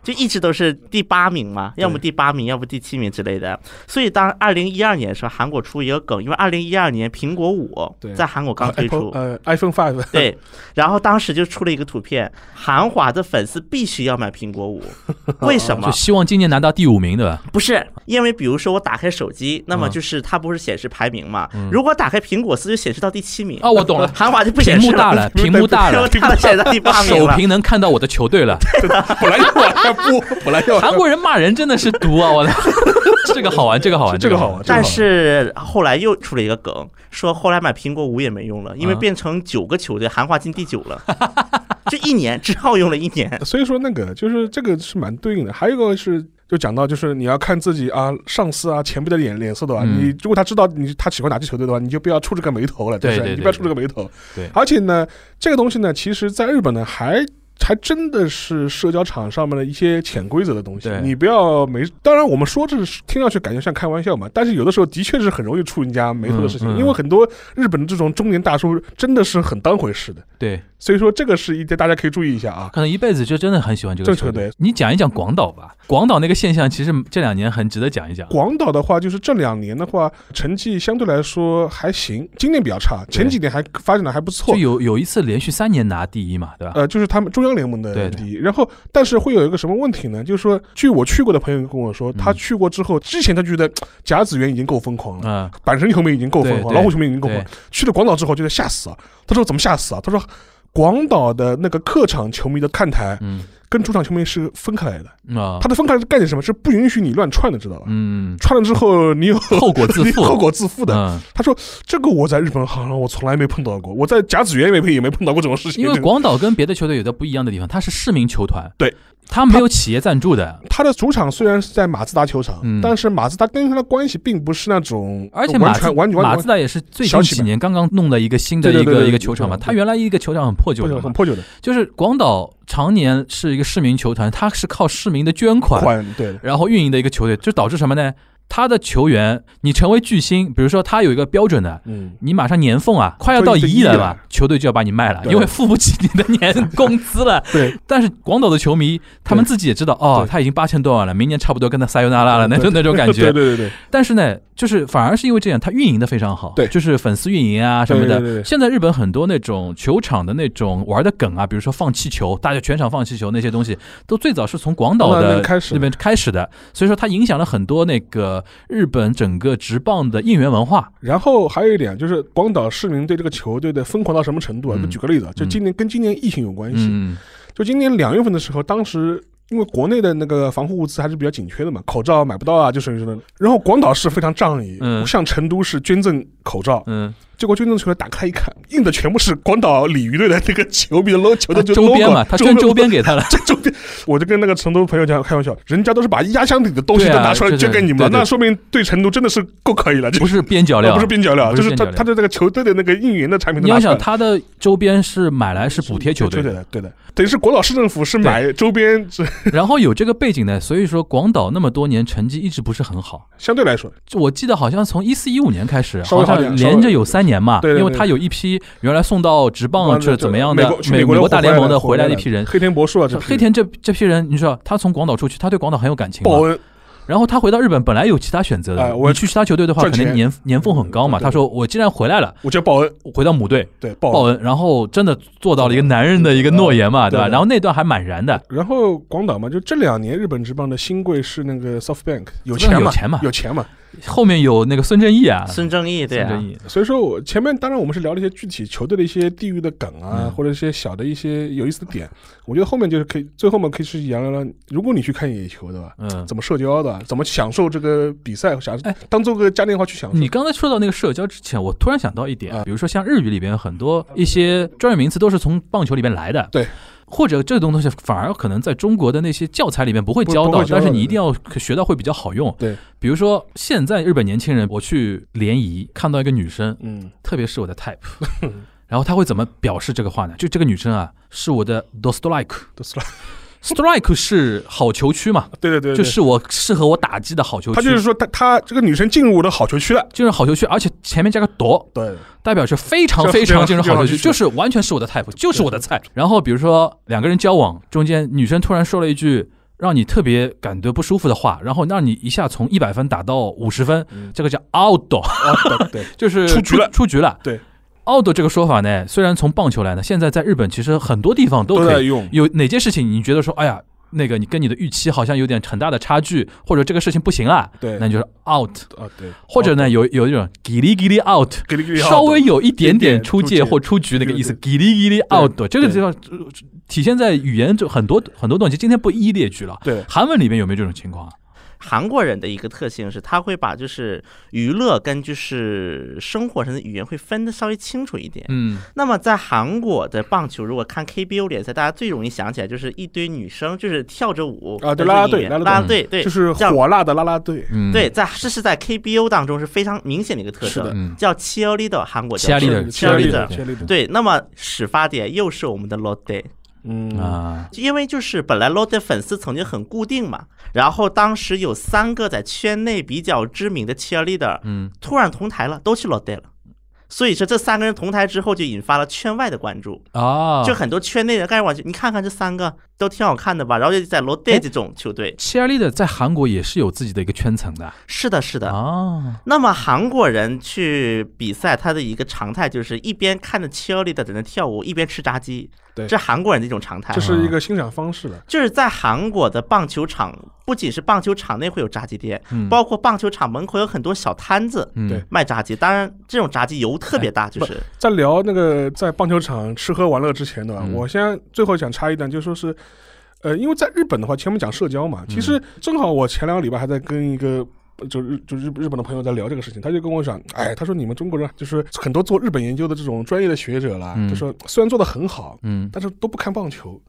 就一直都是第八名嘛，要么第八名，要不第七名之类的。所以当二零一二年的时候，韩国出一个梗，因为二零一二年苹果五
对
在韩国刚推出，
呃，iPhone Five，
对，然后当时就出了一个图片，韩华的粉丝必须要买苹 果五，为什么
就？希望今年拿到第五名，对吧？
不是，因为比如说我打开手机，那么
嗯
就是它不是显示排名嘛？如果打开苹果四，就显示到第七名。
哦我懂了
韩华就不
屏
显示
幕大 了，屏幕大了，
屏幕显示到第八名
手
了。
屏能看到 我的球队了。
本来就往下播，本来就往下
韩国人骂人真的是毒啊！我的这个好玩，这个好玩，
这
个
个好玩，这个
但
好玩
是后来又出了一个梗，说后来买苹果五也没用了，因为
啊
变成九个球队，韩华进第九 了，就一年，只好用了一年。
所以说那个就是这个是蛮对应的。还有一个是，就讲到就是你要看自己啊，上司啊、前辈的脸脸色的话，
嗯
你如果他知道你他喜欢哪支球队的话，你就不要触这个眉头了，
对
就是
对对
你就不要触这个眉头。
对
而且呢，这个东西呢，其实在日本呢还。还真的是社交场上面的一些潜规则的东西
对，
你不要没。当然，我们说这是听上去感觉像开玩笑嘛，但是有的时候的确是很容易触人家眉头的事情，
嗯嗯
因为很多日本的这种中年大叔真的是很当回事的，
对，
所以说这个是一点大家可以注意一下啊。
可能一辈子就真的很喜欢这个
这个
球
球
队
队。
你讲一讲广岛吧，广岛那个现象其实这两年很值得讲一讲。
广岛的话，就是这两年的话，成绩相对来说还行，今年比较差，前几年还发展的还不错
就。有有一次连续三年拿第一嘛，对吧？
呃，就是他们中央联盟
对
的
对
第一，然后但是会有一个什么问题呢？就是说，据我去过的朋友跟我说，
嗯
他去过之后，之前他觉得甲子园已经够疯狂了，
嗯，
阪神球迷已经够疯
对
狂，
对
老虎球迷已经够疯
对
狂，，去了广岛之后觉得吓死啊！他说怎么吓死啊？他说广岛的那个客场球迷的看台
嗯
跟主场球迷是分开来的，
啊
他，的分开是干点什么？是不允许你乱串的，知道吧？
嗯，
串了之后你有
后果自
你
负，
后果自负的。
嗯，
他说：“这个我在日本好像我从来没碰到过，我在甲子园也没碰也没碰到过这种事情。
因为
这个
广岛跟别的球队有的不一样的地方，它是市民球团，
对，
它没有企业赞助的，
他的主场虽然是在马自达球场，
嗯
但是马自达跟他的关系并不是那种
而且
完
马自
全完全
马
完
自
全
达也是最近
小企
几
业
年刚刚弄了一个新的
对
一
对对
个
对
一个球场嘛，
对对
它原来一个球场很破旧
破旧
的嘛
很，破旧的
就是广岛常年是一个市民球团，它是靠市民的捐款
款，对的，
然后运营的一个球队，就导致什么呢？他的球员，你成为巨星，比如说他有一个标准的，
嗯，
你马上年俸啊，快要到一
对
亿
一亿
了
了
吧，球队就要把你卖了，
对
因为付不起你的 年工资了。
对。
但是广岛的球迷他们
对
自己也知道，哦，
对
他已经八千多万了，明年差不多跟他撒尤那拉了那种那种感
对
觉。
对对对，
但是呢，就是反而是因为这样，他运营的非常好，
对
就是粉丝运营啊什么
对对
的。
对对
现在日本很多那种球场的那种玩的梗啊，比如说放气球，大家全场放气球那些东西，都最早是从广岛
广岛那
的
边开始的
那边开始的，所以说它影响了很多那个日本整个职棒的应援文化。
然后还有一点就是广岛市民对这个球队的疯狂到什么程度啊？
嗯
就举个例子啊，就今年跟今年疫情有关系，
嗯，
就今年两月份的时候，当时。因为国内的那个防护物资还是比较紧缺的嘛，口罩买不到啊，就属于这种。然后广岛市非常仗义，
嗯
向成都市捐赠口罩，
嗯，
结果捐赠球打开一看，印的全部是广岛鲤鱼队的那个球迷的 logo，球
他
队就
啊周边嘛，
logo，啊
他捐周
周
边给他了，
这 周边，我就跟那个成都朋友讲开玩笑，人家都是把压箱底的东西
对
都
啊
拿出来
对对
捐给你们
对
了，
对
那说明对成都真的是够可以了，这
不是边角料，
啊不是边角料，
不
就是是他
边角料
他的那个球队的那个应援的产品
你
都
要
拿出来
想
了。
他的周边是买来是补贴球队
对
的，
的，对的，等于是广岛市政府是买周边，这
然后有这个背景呢，所以说广岛那么多年成绩一直不是很好。
相对来说，
就我记得好像从一四一五年开始，
稍微
好
好点
像连着有三年嘛，
对对对
因为他有一批原来送到职棒
对
是怎么样
美
的
国去
美
美国
大联盟的
回
回来的一
的
批人。
黑田博士啊，这批人
哦黑田这这批人，你知道他从广岛出去，他对广岛很有感情嘛。
报恩，
然后他回到日本，本来有其他选择的，
哎我
你去其他球队的话，
赚
可
钱嗯
能年年俸很高嘛。
对对
他说我既然回来了，
我叫报恩，
回到母队
对报
报恩，然后真的做到了一个男人的一个诺言嘛，
对
对吧？
对
然后那段还蛮燃的，
然后广岛嘛，就这两年日本职棒的新贵是那个 SoftBank，有
这
钱
样哦有
嘛，
钱嘛
有钱嘛。
后面有那个孙正义啊，
孙正义对
孙
啊
正，义，
所以说我前面当然我们是聊了一些具体球队的一些地域的梗啊，
嗯
或者一些小的一些有意思的点。我觉得后面就是可以，最后面可以是聊聊聊，如果你去看野球的吧，
嗯，
怎么社交的，啊怎么享受这个比赛，享
哎
当做个嘉年华去享受。
你刚才说到那个社交之前，我突然想到一点
啊，
比如说像日语里边很多一些专业名词都是从棒球里边来的，
对，
或者这种东西反而可能在中国的那些教材里面不会教
不不
到，
会教
但是
到
你
的
一定要学到会比较好用。
对，
比如说现在日本年轻人，我去联谊看到一个女生，
嗯，
特别是我的 type，然后她会怎么表示这个话呢？就这个女生啊，是我的 do strike，strike
都是了，
是好球区嘛，
对对对
就
对。
是我适合我打击的好球区，
他就是说他，他这个女生进入我的好球区了，
就是好球区，而且前面加个 do，
对，
代表是非常
这
非常进入好球区，
这
就
这
是完全是我的 type，就是我的菜。然后比如说两个人交往中间，女生突然说了一句让你特别感觉不舒服的话，然后让你一下从一百分打到五十分，
嗯
这个叫 out，
啊，对，对
就是
出局了
出局了。
对
，out 这个说法呢，虽然从棒球来的，现在在日本其实很多地方 都
都
可
在
以。
用，
有哪件事情你觉得说，哎呀，那个你跟你的预期好像有点很大的差距，或者这个事情不行啊，
对
那你就是 out，
啊，对，
或者呢有有一种 gili gili out。
给力给力，
稍微有一点点出
出
界
界
或出局那个意思，
对
叽里叽里 out，这个
对
就要呃体现在语言就很多很多东西。今天不一一列举了，
对
韩文里面有没有这种情况啊？
韩国人的一个特性是，他会把就是娱乐跟就是生活上的语言会分的稍微清楚一点。
嗯，
那么在韩国的棒球，如果看 KBO 联赛，大家最容易想起来就是一堆女生就是跳着舞
啊对
跟
啦
着
啦
音
队
乐
啦啦
啦啦
队
队，对，
就是
叫
火辣的啦啦队，
嗯，
对，，在这是在 KBO 当中是非常明显的一个特
是
色
的，
嗯，
叫 cheerleader，韩国叫
cheerleader，
切尔利的，
cheerleader
切尔利的，
对，那么始发点又是我们的 Lotte，
嗯
啊，
因为就是本来 Lotte 粉丝曾经很固定嘛，然后当时有三个在圈内比较知名的 cheerleader
嗯，
突然同台了，都去 Lotte 了。所以说，这三个人同台之后，就引发了圈外的关注，
嗯
啊，
就很多圈内人干我去，你看看这三个都挺好看的吧？然后就在 Lotte 这种球队，
cheerleader 在韩国也是有自己的一个圈层的
是的，是的，
啊，
那么韩国人去比赛，他的一个常态就是一边看着 cheerleader 在那跳舞，一边吃炸鸡。
对
这韩国人的一种常态
这。是一个欣赏方式了。
就是在韩国的棒球场，不仅是棒球场内会有炸鸡店，
嗯
包括棒球场门口有很多小摊子
嗯
对
卖炸鸡。当然，这种炸鸡油特别大，就是
在聊那个在棒球场吃喝玩乐之前呢，
嗯
我现在最后想插一段，就说是，呃，因为在日本的话，前面讲社交嘛，其
嗯
实正好我前两个礼拜还在跟一个。呃就日就日日本的朋友在聊这个事情，他就跟我讲，哎，他说你们中国人就是很多做日本研究的这种专业的学者啦，
嗯
他说虽然做的很好，
嗯
但是都不看棒球。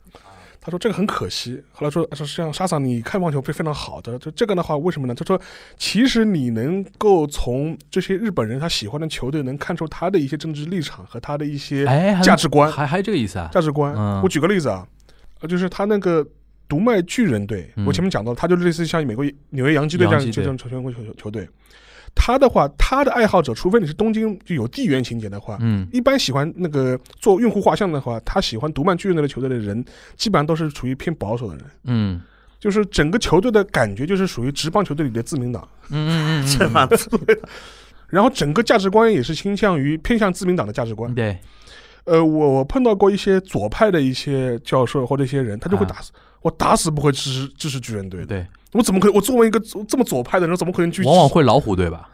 他说这个很可惜。后来说说像沙桑，你看棒球非非常好的，就这个的话，为什么呢？他说其实你能够从这些日本人他喜欢的球队能看出他的一些政治立场和他的一些
哎，还
价值观。
还还有这个意思啊，
价值观，
嗯
我举个例子啊，呃就是他那个独卖巨人队，
嗯
我前面讲到，他就类似于像美国纽约洋基队这
洋基
样这
队
种球球球球队。他的话，他的爱好者，除非你是东京就有地缘情节的话，
嗯
一般喜欢那个做用户画像的话，他喜欢独曼巨人队的球队的人，基本上都是属于偏保守的人，
嗯
就是整个球队的感觉就是属于职棒球队里的自民党，
嗯 嗯
这
嗯
帮子
然后整个价值观也是倾向于偏向自民党的价值观
嗯，。对，
呃，我我碰到过一些左派的一些教授或者一些人，他就会打死、我，打死不会支持支持巨人队的，
对，
我怎么可能？我作为一个左这么左派的人，怎么可能去？
往往会老虎队吧？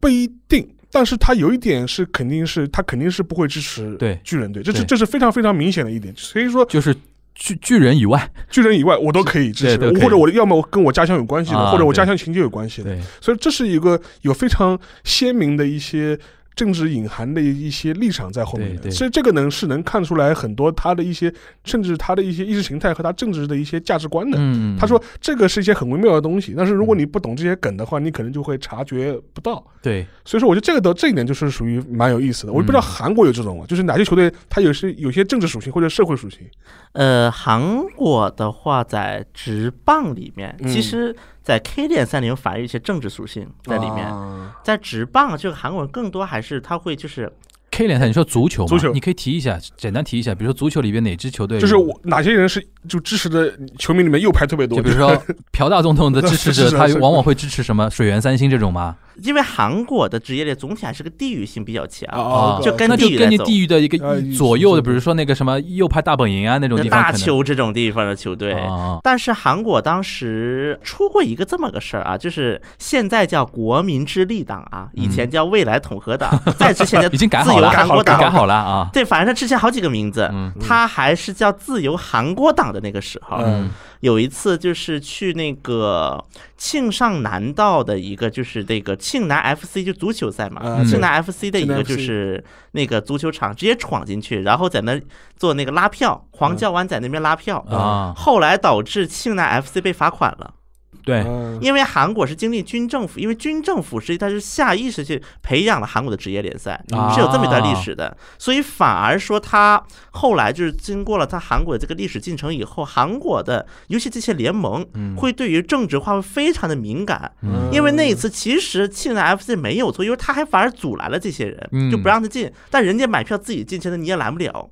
不一定。但是他有一点是肯定是，他肯定是不会支持
对
巨人队，这是
对
这是非常非常明显的一点。所以说，
就是巨巨人以外，
巨人以外，我都可以支持，
对都可以
我或者我要么我跟我家乡有关系的，
啊
或者我
对
家乡情节有关系的。
对，
所以这是一个有非常鲜明的一些政治隐含的一些立场在后面
对对
的。所以这个能是能看出来很多他的一些，甚至他的一些意识形态和他政治的一些价值观的。
嗯，
他说这个是一些很微妙的东西，但是如果你不懂这些梗的话，你可能就会察觉不到。
对，
所以说，我觉得这个的这一点就是属于蛮有意思的。我不知
嗯
道韩国有这种啊，就是哪些球队它有些有些政治属性或者社会属性。
呃，韩国的话，在职棒里面，
嗯
其实，在 K 联赛里面反而有一些政治属性在里面。
啊
在职棒，这个韩国人更多还是他会就是，
K 联赛，你说足球嘛，
足球
你可以提一下，简单提一下，比如说足球里边哪支球队，
就是我哪些人是就支持的球迷里面右派特别多，
就比如 说朴大总统的支持者，
是是
他
是
往往会支持什么水原三星这种吗？
因为韩国的职业联总体还是个地域性比较强，
啊
啊，
就跟
那就
地域
根
来
据
走
地域的一
呃
个左右的，比如说那个什么右派大本营啊那种
那
地方可
大
能，
邱这种地方的球队。
啊，
但是韩国当时出过一个这么个事儿啊，就是现在叫国民之力党啊，以前叫未来统合党，再之前叫
嗯 已经改
自
好
由
了，
韩国
改
党。
改好了啊，
对，反正他之前好几个名字，
嗯
他还是叫自由韩国党的那个时候，
嗯
有一次就是去那个庆尚南道的一个，就是那个庆南 FC 就足球赛嘛，
嗯
庆南 FC 的一
庆南
个
FC
就是那个足球场，直接闯进去，然后在那做那个拉票，黄
嗯
教官在那边拉票，
啊
后来导致庆南 FC 被罚款了。
对，
嗯
因为韩国是经历军政府，因为军政府实际它是下意识去培养了韩国的职业联赛，
啊
是有这么一段历史的，所以反而说他后来就是经过了他韩国的这个历史进程以后，韩国的尤其这些联盟
嗯
会对于政治化会非常的敏感。
嗯
因为那一次其实庆南 FC 没有错，因为他还反而阻拦了这些
嗯
人，就不让他进。但人家买票自己进去的，你也拦不了。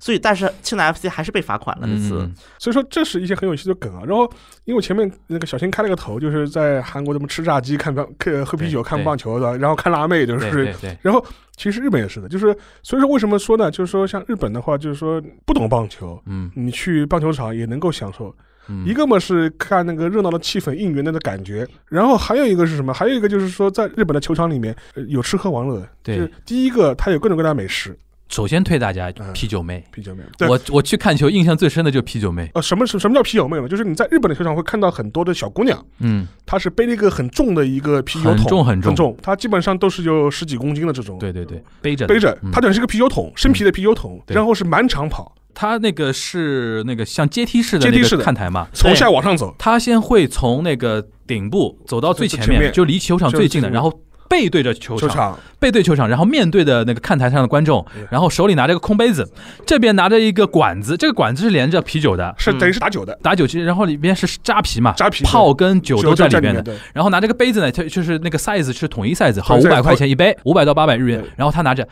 所以，但是庆南 FC 还是被罚款了那次。
嗯
所以说这是一些很有趣的梗啊。然后因为我前面那个小新开了个头，就是在韩国他们吃炸鸡、看棒、看喝啤酒、
对
看棒球的，然后看辣妹，就
嗯对对
是。
对，
然后其实日本也是的，就是所以说为什么说呢？就是说像日本的话，就是说不懂棒球。
嗯
你去棒球场也能够享受，
嗯
一个嘛是看那个热闹的气氛、应援的那感觉，然后还有一个是什么？还有一个就是说，在日本的球场里面、呃有吃喝玩乐的，
对
就是第一个它有各种各样的美食，
首先推大家
嗯
啤酒妹。
啤酒妹。对，
我我去看球，印象最深的就是啤酒妹。
呃，什么什什么叫啤酒妹呢？就是你在日本的球场会看到很多的小姑娘，
嗯，
她是背了一个很重的一个啤酒桶，
很重很重
重，她基本上都是有十几公斤的这种，
对对对，背着的
背着
嗯，
它等于是个啤酒桶，生啤的啤酒桶，
对
然后是满场跑，
他那个是那个像阶梯式的
阶
那
梯式
个
的
看台嘛，
从下往上走，
他先会从那个顶部走到最前
前
面，
面
就离球场最近的，
就是
然后背对着嗯球
球
场，
场
背对球场，然后面对的那个看台上的观众
对，
然后手里拿着个空杯子，这边拿着一个管子，这个管子是连着啤酒的，
是
嗯
等于是打酒的，
打酒机，然后里边是扎啤嘛，
扎啤的
泡跟酒都在
在
里面的。
对，
然后拿这个杯子呢，它就是那个 size 是统一 size，好，
统
五
一 size，
百块钱一杯，五百到八百日元
对。
然后他拿着，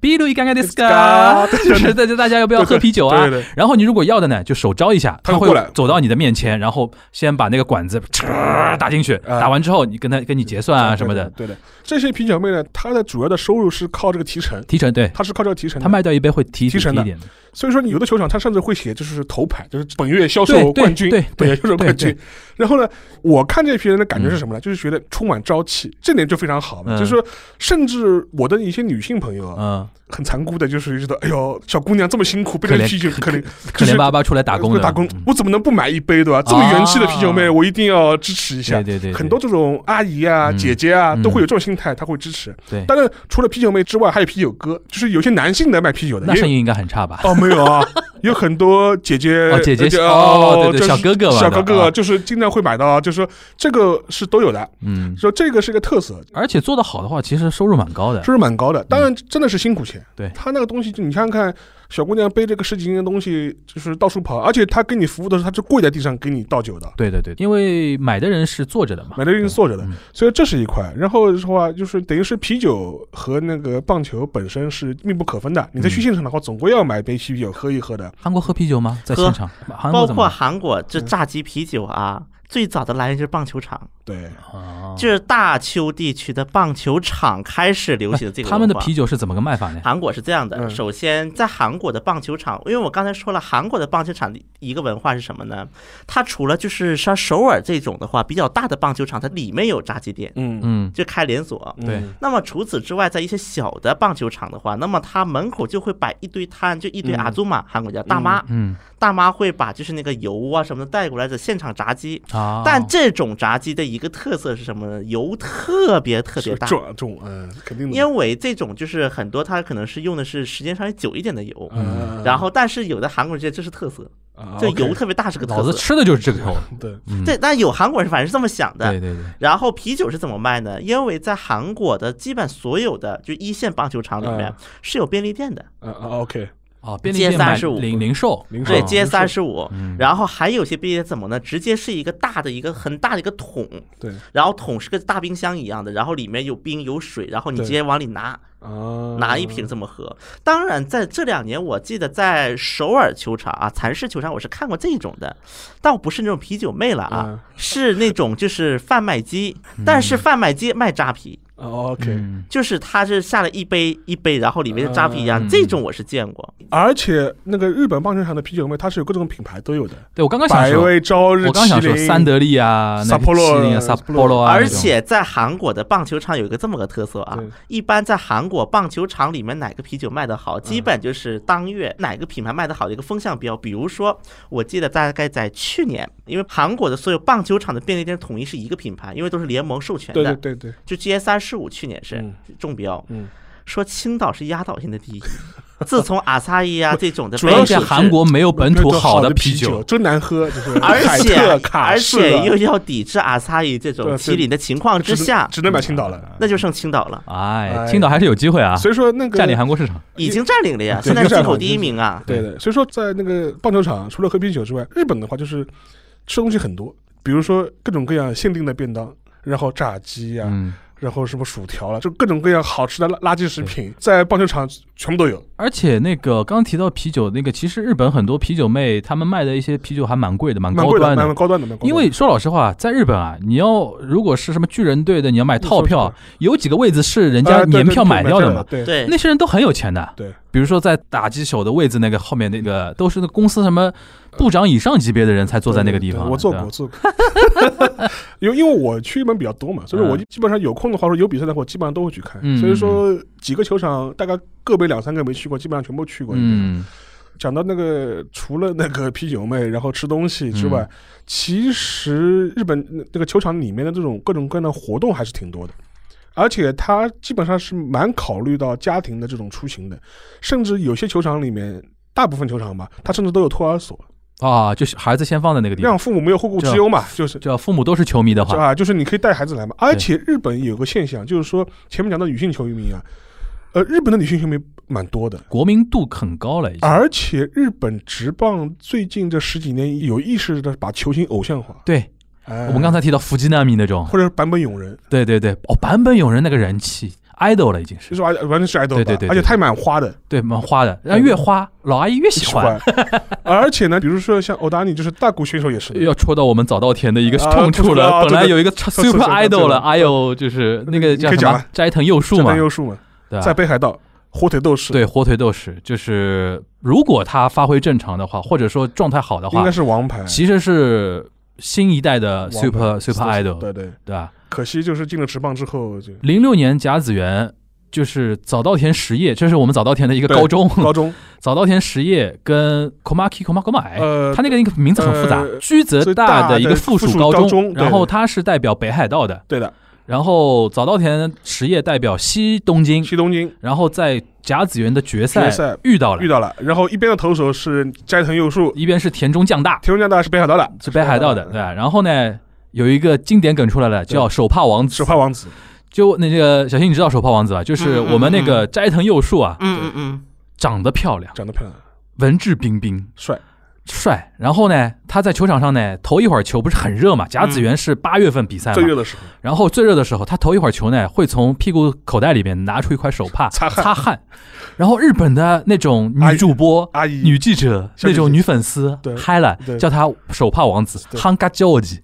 比如一干干的 s c 就是大家大家要不要喝啤酒啊
对？对对，
然后你如果要的呢，就手招一下，
他
他
会
会
过来
走到你的面前，然后先把那个管子嚓打进去，
啊
打完之后你跟他跟你结算啊什么的，
对的。对的这些啤酒妹呢，她的主要的收入是靠这个提成，
提成对。
她是靠这个提成的。
他卖掉一杯会提一
提
点
成
提
的
一点的，
所以说，有的球场它甚至会写就是头牌，就是本月销售
对对
冠军，
对对
本月销售
对
冠军
对。
然后呢，我看这批人的感觉是什么呢？就是觉得充满朝气，这点就非常好嘛。
嗯
就是说，甚至我的一些女性朋友啊，
嗯，
很残酷的，就是觉得，哎呦，小姑娘这么辛苦，被
可
人
怜
啤酒，可怜
可怜巴巴出来打工的，
打工
嗯，
我怎么能不买一杯对吧？这么元气的啤酒妹，
啊
我一定要支持一下
对。对对，对
很多这种阿姨啊、
嗯
姐姐啊，
嗯
都会有这种心态，她会支持。
对，
当然，除了啤酒妹之外，还有啤酒哥，就是有些男性的卖啤酒的，
那
也有
生意应该很差吧？
哦，没有啊，有很多姐姐，
哦姐姐
呃
哦对对
就是
小哥哥玩的
小哥
啊
哥就是经常会买到，就是说这个是都有的，
嗯，
说这个是个特色，
而且做得好的话，其实收入蛮高的
收。入蛮高的。当然，真的是辛苦
嗯
钱。
对
他那个东西，就你想想看，小姑娘背着个十几斤的东西，就是到处跑，而且他给你服务的时候，他是跪在地上给你倒酒的。
对对对，因为买的人是坐着的嘛
买，的人是坐着的
啊嗯，
所以这是一块。然后的话，就是等于是啤酒和那个棒球本身是密不可分的。
嗯
你在去现场的话，总归要买杯啤酒喝一喝的。
韩国喝啤酒吗？在
喝
现场，韩
包
国怎么嗯
括？韩国这炸鸡啤酒啊，最早的来源就是棒球场，
对，
啊
就是大邱地区的棒球场开始流行这个文化。
哎他们的啤酒是怎么个卖法呢？
韩国是这样的，
嗯
首先在韩国的棒球场，因为我刚才说了，韩国的棒球场的一个文化是什么呢？它除了就是像首尔这种的话比较大的棒球场，它里面有炸鸡店，
嗯，
嗯，
就开连锁。
嗯
对
那么除此之外，在一些小的棒球场的话，那么它门口就会摆一堆摊，就一堆
嗯
阿祖玛，韩国叫大妈，
嗯
大妈会把就是那个油啊什么的带过来的现场炸鸡。
哦
啊，
但这种炸鸡的一个特色是什么呢？油特别特别
是
大，
重重，嗯，肯定的。
因为这种就是很多它可能是用的是时间稍微久一点的油，
嗯
然后但是有的韩国人觉得这是特色，
啊
这
OK
油特别大是个
老子
特色。
吃的就是这个口。
对，
嗯，
对，但有韩国人反正是这么想
对
的。
对对，
然后啤酒是怎么卖呢？因为在韩国的基本所有的就一线棒球场里面
嗯
是有便利店的，
啊啊，OK，
哦，便利店
街
买
35
零零售，
零售
对，
啊
街
零售
三十五
嗯。
然后还有些便利店怎么呢？直接是一个大的一个很大的一个桶，
对
然后桶是个大冰箱一样的，然后里面有冰有水，然后你
对
直接往里拿。
啊，
拿一瓶这么喝。当然，在这两年，我记得在首尔球场啊、蚕室球场，我是看过这种的，但我不是那种啤酒妹了啊，
嗯
是那种就是贩卖机，但是贩卖机卖扎啤。
啊，OK，
嗯，
就是他是下了一杯一杯，然后里面是扎啤一样，
嗯
这种我是见过。
而且那个日本棒球场的啤酒妹，它是有各种品牌都有的，
对我刚刚想
百
说，
威、朝日、
我刚想
麒
说
麟
三得利啊，那个
Sapporo 呃
麒麟啊、
Sapporo
Sapporo 啊，
而
那种
且在韩国的棒球场有一个这么个特色啊
对，
一般在韩国棒球场里面哪个啤酒卖得
嗯
好，基本就是当月哪个品牌卖得好的一个风向标。比如说，我记得大概在去年，因为韩国的所有棒球场的便利店统一是一个品牌，因为都是联盟授权
对对
的，
对对，
就 G S 三十五去年是
嗯
中标，
嗯，
说青岛是压倒性的第一。自从阿萨伊啊这种 的，
主
而
要是
且韩。国没有本土好的啤酒，
真难喝，就是
而
凯
且
特卡
而
士
且
了
又要抵制阿萨伊这
对
种
对
麒麟的情况之
只能
下，
只能买青岛了。
那就剩青岛了。
哎，
哎
青岛还是有机会啊，
所以说那个
占领韩国市场。
已经占领了呀，
对
现在
已经
进
占领
口
了
第一名啊。
对对，所以说在那个棒球场，除了喝啤酒之外，日本的话就是吃东西很多，比如说各种各样限定的便当，然后炸鸡呀、
嗯，
然后什么薯条了，就各种各样好吃的垃垃圾食品，在棒球场全部都有。
而且那个刚提到啤酒，那个其实日本很多啤酒妹他们卖的一些啤酒还蛮贵的，蛮
蛮
高
贵的，
端
蛮
的。
高端的，蛮高端的。
因为说老实话，在日本啊，你要如果是什么巨人队的，你要买套
说实
票
话，
有几个位置是人
呃
家
对对
年票
对
买掉的嘛？
对，
对，
那些人都很有钱的，
对
比如说在打击手的位置那个后面那个，都是那公司什么部长以上级别的人才坐在那个地
对
方。
我坐
对吧
过，我坐过。 因为因为我去日本比较多嘛，所以说我
嗯
基本上有空的话，说有比赛的话，我基本上都会去看。
嗯
所以说几个球场，大概个别两三个没去过，基本上全部去过一遍。
嗯
讲到那个，除了那个啤酒妹，然后吃东西之外，其实日本那这个球场里面的这种各种各样的活动还是挺多的，而且它基本上是蛮考虑到家庭的这种出行的，甚至有些球场里面，大部分球场吧，它甚至都有托儿所，
啊，就是孩子先放在那个地方，
让父母没有后顾之忧嘛，就是。
就父母都是球迷的
是
话，
吧？就是你可以带孩子来嘛，而且日本有个现象，就是说前面讲到女性球迷啊，呃，日本的女性球迷蛮多的，
国民度很高了已经。
而且日本职棒最近这十几年有意识的把球星偶像化，
对
哎，
我们刚才提到伏击纳米那种，
或者版本勇人，
对对对，哦，版本有人那个人气 idol 了已经，
就是是完完全是爱豆
对
吧，
对对对
而且他也蛮花的，
对，蛮花的，然后越花老阿姨越喜欢，。
而且呢，比如说像欧达尼，就是大谷选手也是的，
要戳到我们早稻田的一个
啊
痛处
对
了。
啊对
本来
对
有一个
对对
super
对对
idol 了，
对
哎呦，就是那个叫
可以
什
讲
么
啊了
斋藤佑树
这
嘛
边，优树嘛，
对吧啊
在北海道火腿斗士
对火腿斗士，就是如果他发挥正常的话，或者说状态好的
应
话
该，是王牌
其实是新一代的
王牌
super super idol，嗯
对对，
对吧？
可惜就是进了职棒之后就
零六年甲子园就是早稻田实业，这是我们早稻田的一个
对
高中，
高 中
早稻田实业跟 Komaki Komakomai。
呃
哎他那个一个名字很复杂
呃，
居泽
最
大
大
的一
的
个附
附
属
属
高
高
中，
中对
然后他是代表北海道的，
对的
然后早稻田实业代表西东京，
西东京
然后在甲子园的决赛
决赛
遇到了
遇，到了，然后一边的投手是斋藤佑树，
一边是田中将大，
田中将大是北海道的，
是北海道的，对吧？然后呢，有一个经典梗出来了，叫“手帕王子
手帕王子，”。嗯
就那个小新，你知道“手帕王子”吧？就是我们那个斋藤佑树啊，
嗯嗯嗯，
长得漂亮，
长得漂亮，
文质彬彬，
帅，
帅。然后呢，他在球场上呢，头一会儿球不是很热嘛？甲子园是八月份比赛
嗯最
嘛，
热的时候，
然后最热的时候，他头一会儿球呢，会从屁股口袋里面拿出一块手帕
擦汗
擦汗。然后日本的那种女主播、
阿姨
女记者、
小
那
姐姐
种女粉丝
嗯对
嗨了，
对
叫他手帕王子
对
（Hanga George），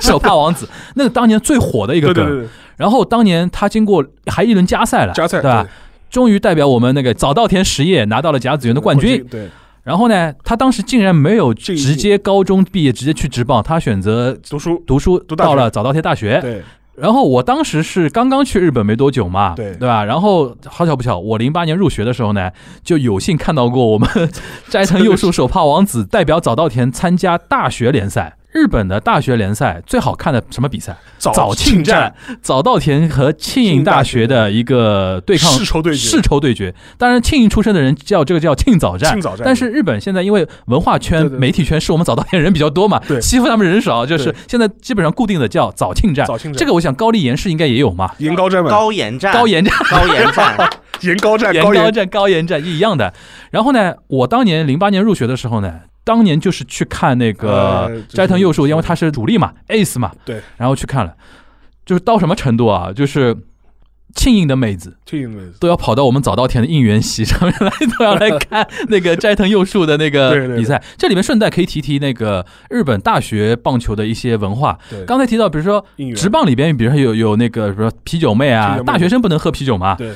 手 帕王 子，那个当年最火的一个
对对对
梗。
对，
然后当年他经过还一轮加赛了，
加赛
对吧？终于代表我们那个早稻田实业拿到了甲子园的冠军。
对，
然后呢，他当时竟然没有
这一
直接高中毕业直接去职棒，他选择
读书，
读书
读大学
到了早稻田大学。
对，
然后我当时是刚刚去日本没多久嘛，
对
吧？然后好巧不巧，我零八年入学的时候呢，就有幸看到过我 们斋藤佑树手帕王子代表早稻田参加大学联赛。日本的大学联赛最好看的什么比赛？早庆
庆
战，早稻田和庆应大学的一个对抗
世仇对决，
世仇对决。当然，庆应出身的人叫这个叫庆早战
庆。早战，
但是日本现在因为文化圈
对、对
媒体圈是我们早稻田人比较多嘛，
对
欺负他们人少，就是
对
现在基本上固定的叫早庆战。
早庆战
这个我想高丽岩市应该也有嘛，
岩高战嘛，
高岩站，
高岩 站、
高 岩站，
岩高战，
岩
啊
高
高岩
站、高岩站一样的。然后呢，我当年零八年入学的时候呢，当年就是去看那
呃
个
就是
斋藤佑树，因为他是主力嘛，ace 嘛，
对，
然后去看了，就是到什么程度啊，就是庆应的妹子。
庆应
都要跑到我们早稻田的应援席上面来，都要来看那个斋藤佑树的那
对对
个
对
比赛。这里面顺带可以提提那个日本大学棒球的一些文化。
对，
刚才提到，比如说
应援
职棒里边，比如说有有那个什么啤酒妹啊
啤酒，妹
大学生不能喝啤酒嘛。
对，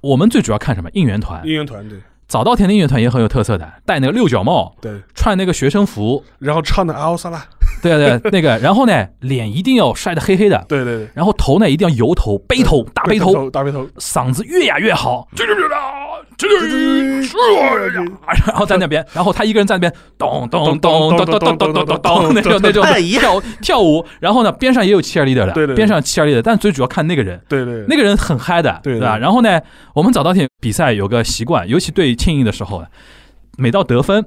我们最主要看什么？应援团。
应援团队，
早稻田的应援团也很有特色的，戴那个六角帽，
对，
穿那个学生服，
然后唱的阿奥萨拉，
对对，对那个，然后呢，脸一定要晒得黑黑的，
对对对，
然后头呢一定要油头、背头、大背头，
大背头，
嗓子越哑越好。然后在那边，然后他一个人在那边咚咚咚咚咚咚咚咚咚咚那种那种跳跳舞，然后呢边上也有 cheerleader 的，边上 cheerleader，但最主要看那个人。
对对，
那个人很嗨的，
对的
吧？然后呢，我们早稻田比赛有个习惯，尤其对庆应的时候，啊每到得分，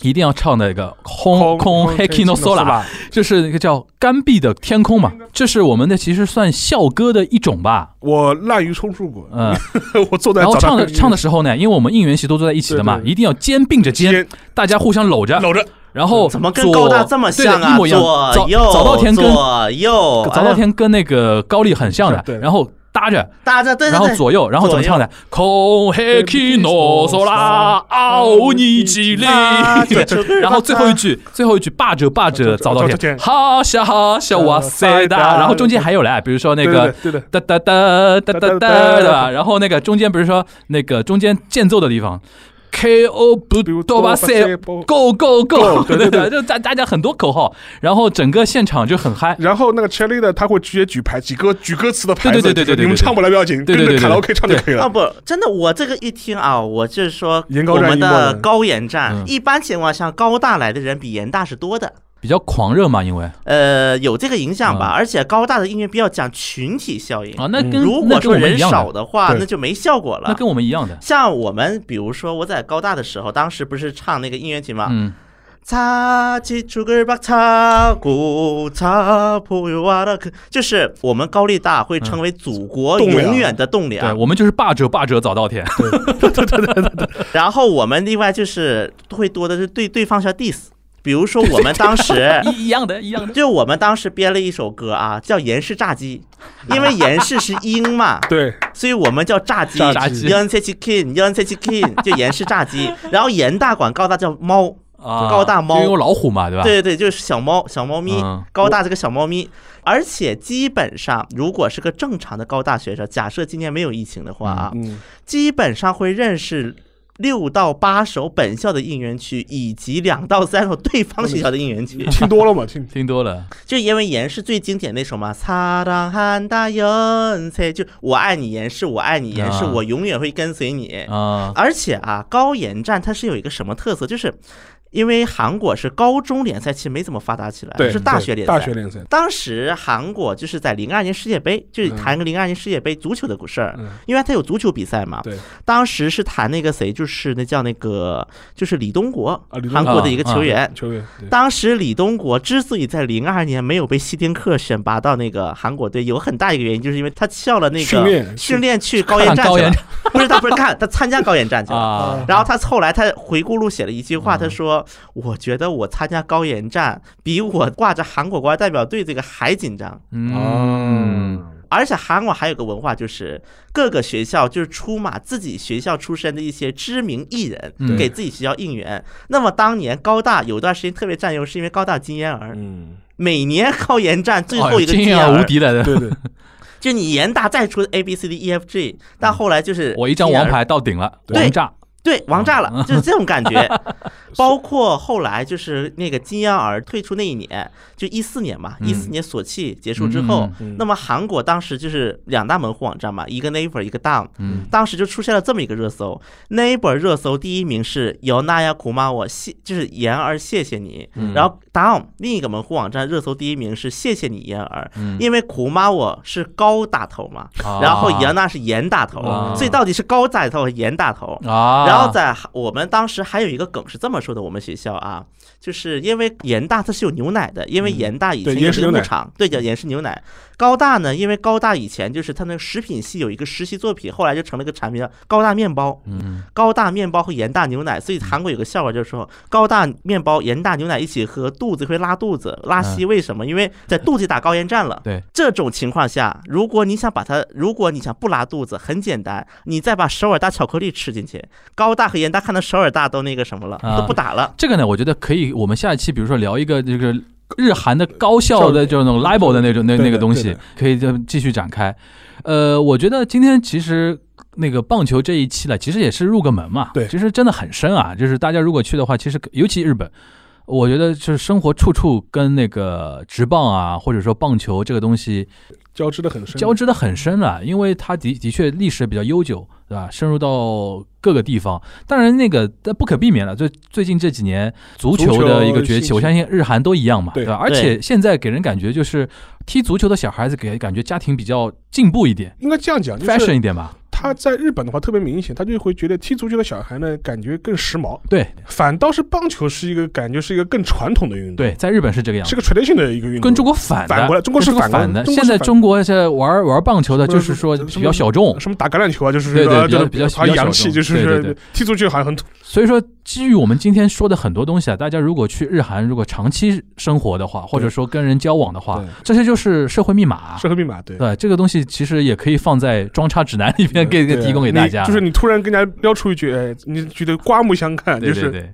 一定要唱那个空空 heki no sola，就是那个叫干闭的天空嘛。
嗯
这是我们的其实算校歌的一种吧，
我滥竽充数过，
嗯。
我坐在
然后
早
唱
上
的唱的时候呢，因为我们应援席都坐在一起的嘛，
对对
一定要肩并着肩，
肩
大家互相搂着，
搂着，嗯
然后
怎么跟
左
高大这么像
对的一
啊？
模一样。
左
早
右
早稻田跟
左右，
早稻田跟那个高丽很像的
是，对
然后。搭着，
搭着对
然后
对对，
左右，然后怎么唱的？空黑气诺索拉奥尼基利。
啊对这首歌是
然后最后一句，最后一句霸着霸着找到天，哈夏哈夏哇塞哒。然后中间还有来，比如说那个
对的，
哒哒哒哒哒哒，对吧？然后那个中间不是说那个中间间奏的地方，K O 不多巴塞。Go go go！
对对对
就大大家很多口号，然后整个现场就很嗨。
然后那个 cheerleader 他会直接举牌，举歌举歌词的牌子，
对对对对对
就是你们
对对
唱不来不要紧，
对
跟
对对对
着卡拉 OK 唱就可以
啊
了。
不，真的，我这个一听啊，我就是说，
研高
我
站
们
英国
的
人
高研站
嗯，
一般情况下高大来的人比研大是多的，
比较狂热嘛，因为
呃，有这个影响吧。
嗯
而且高大的音乐比较讲群体效应，
啊，那跟
如
那
果
跟
说
我们
人
一样
少
的，
的话，
对
那就没效果
那
了。
跟我们一样的。
像我们，比如说我在高大的时候，当时不是唱那个音乐剧嘛，
嗯，
擦起出根儿吧，擦鼓擦破有瓦勒克，就是我们高丽大会成为祖国
栋梁
永远的栋
对
梁。
我们就是霸者霸者早稻田。。
然后我们另外就是会多的是对对方向 diss，比如说我们当时
一一样的，一样的。
就我们当时编了一首歌啊，叫《严氏炸鸡》，因为严氏是鹰嘛，
对，
所以我们叫炸鸡。
炸鸡
Young c h i k i n Young c h i k i n 就严氏炸鸡。然后严大管高大叫猫，
啊，
高大猫
因为有老虎嘛，对吧？
对对，就是小猫小猫咪
嗯，
高大这个小猫咪，而且基本上如果是个正常的高大学生，假设今年没有疫情的话啊，
嗯，
基本上会认识。六到八首本校的应援曲，以及两到三首对方学校的应援
嗯
曲，
听多了嘛， 听
听多了，
就因为严是最经典那首嘛，擦当汉大恩才就我爱你严是我爱你严是
啊
我永远会跟随你。
啊，
而且哎啊，高研站它是有一个什么特色，就是因为韩国是高中联赛，其实没怎么发达起来，
对
哎是大学联
大
赛
学。联赛，
当时韩国就是在零二年世界杯，就是谈个零二年世界杯足球的故事儿，
嗯
因为它有足球比赛嘛。
对，
当时是谈那个谁，就是那叫那个，就是李东国，
啊李东国
韩国的一个
啊啊
球员。
球员，对
当时李东国之所以在零二年没有被希丁克选拔到那个韩国队，有很大一个原因，就是因为他翘了那个
训练
训练去高原
看
站
高
去
原
了， 不是他不是看他参加高原站去了。
啊，嗯
然后他后来他回顾录写了一句话，他说：“我觉得我参加高原站比我挂着韩国国家代表队这个还紧张。
嗯，
而且韩国还有个文化，就是各个学校就是出马自己学校出身的一些知名艺人
嗯
给自己学校应援。那么当年高大有段时间特别占优，是因为高大金妍儿，
嗯，
每年高原站最后一个
哦
金
金
妍
眼
儿
无，敌的，
对 对，
就你严大再出 A B C D E F G，但后来就是
嗯我一张
金妍
王
儿
牌嗯到顶了，
对
王炸，
对，王炸了，就是这种感 觉。包括后来就是那个金燕儿退出那一年，就一四年嘛，
嗯
一四年索契结束之后，那
么
么韩国当时就是两大门户网站嘛，一个 Naver，一个 Down。
嗯，
当时就出现了这么一个热搜，Naver 热搜第一名是由那亚苦妈我谢，就是妍儿谢谢你。
嗯
然后 Down 另一个门户网站热搜第一名是谢谢你妍儿，
嗯
因为苦妈我是高打头嘛，
啊
然后妍娜是严大头，
啊
所以到底是高打头和严大头？
啊，
然后在我们当时还有一个梗是这么说的，我们学校啊，就是因为盐大它是有牛奶的，因为
嗯
盐大以前
对盐
有
氏
一个
牛奶
牧场，对，叫盐氏牛奶。高大呢，因为高大以前就是它那个食品系有一个实习作品，后来就成了一个产品叫高大面包、
嗯，
高大面包和盐大牛奶。所以韩国有个笑话，就是说高大面包、盐大牛奶一起喝，肚子会拉肚子、拉稀。嗯为什么？因为在肚子打高盐战了。
对，
这种情况下，如果你想把它，如果你想不拉肚子，很简单，你再把首尔大巧克力吃进去。高大和严大看到首尔大都那个什么了，
啊
都不打了。
这个呢，我觉得可以，我们下一期比如说聊一个这个。日韩的高校的这种 libel 的那种那
对的
那个东
对
西
的，
可以就继续展开。呃，我觉得今天其实那个棒球这一期呢，其实也是入个门嘛。
对
其实真的很深啊。就是大家如果去的话，其实尤其日本，我觉得就是生活处处跟那个职棒啊，或者说棒球这个东西
交织的很深，
交织的很深了，因为它的的确历史比较悠久，对吧？深入到各个地方，当然那个但不可避免了。最最近这几年足球的一个崛
足
起，
球
我相信日韩都一样嘛，
对
对吧？而且现在给人感觉就是踢足球的小孩子给感觉家庭比较进步一点
应该这样讲，就是嗯
，fashion 一点吧，
他在日本的话特别明显，他就会觉得踢足球的小孩呢感觉更时髦，
对
反倒是棒球是一个感觉是一个更传统的运动，，
对，在日本是这个样
是
子，
个 tradition 的一个运动，
跟中国反的，
反过来中国是
跟
反过来
反的。
中国是
现在
反
中国是玩玩棒球的，
什么
就是说
什么
比较小众，
什么打橄榄球啊，就是
对对
啊
比较
就是
比较
好
比较
洋
小
气，
众
就是
对对对
踢足球好像很土，
所以说，基于我们今天说的很多东西啊，大家如果去日韩，如果长期生活的话，或者说跟人交往的话
对，
这些就是社会密码。啊
社会密码对。
对，这个东西其实也可以放在装叉指南里面给给
对啊
提供给大家。
你就是你突然跟人家撩出一句，哎，你觉得刮目相看，就
对对
是
对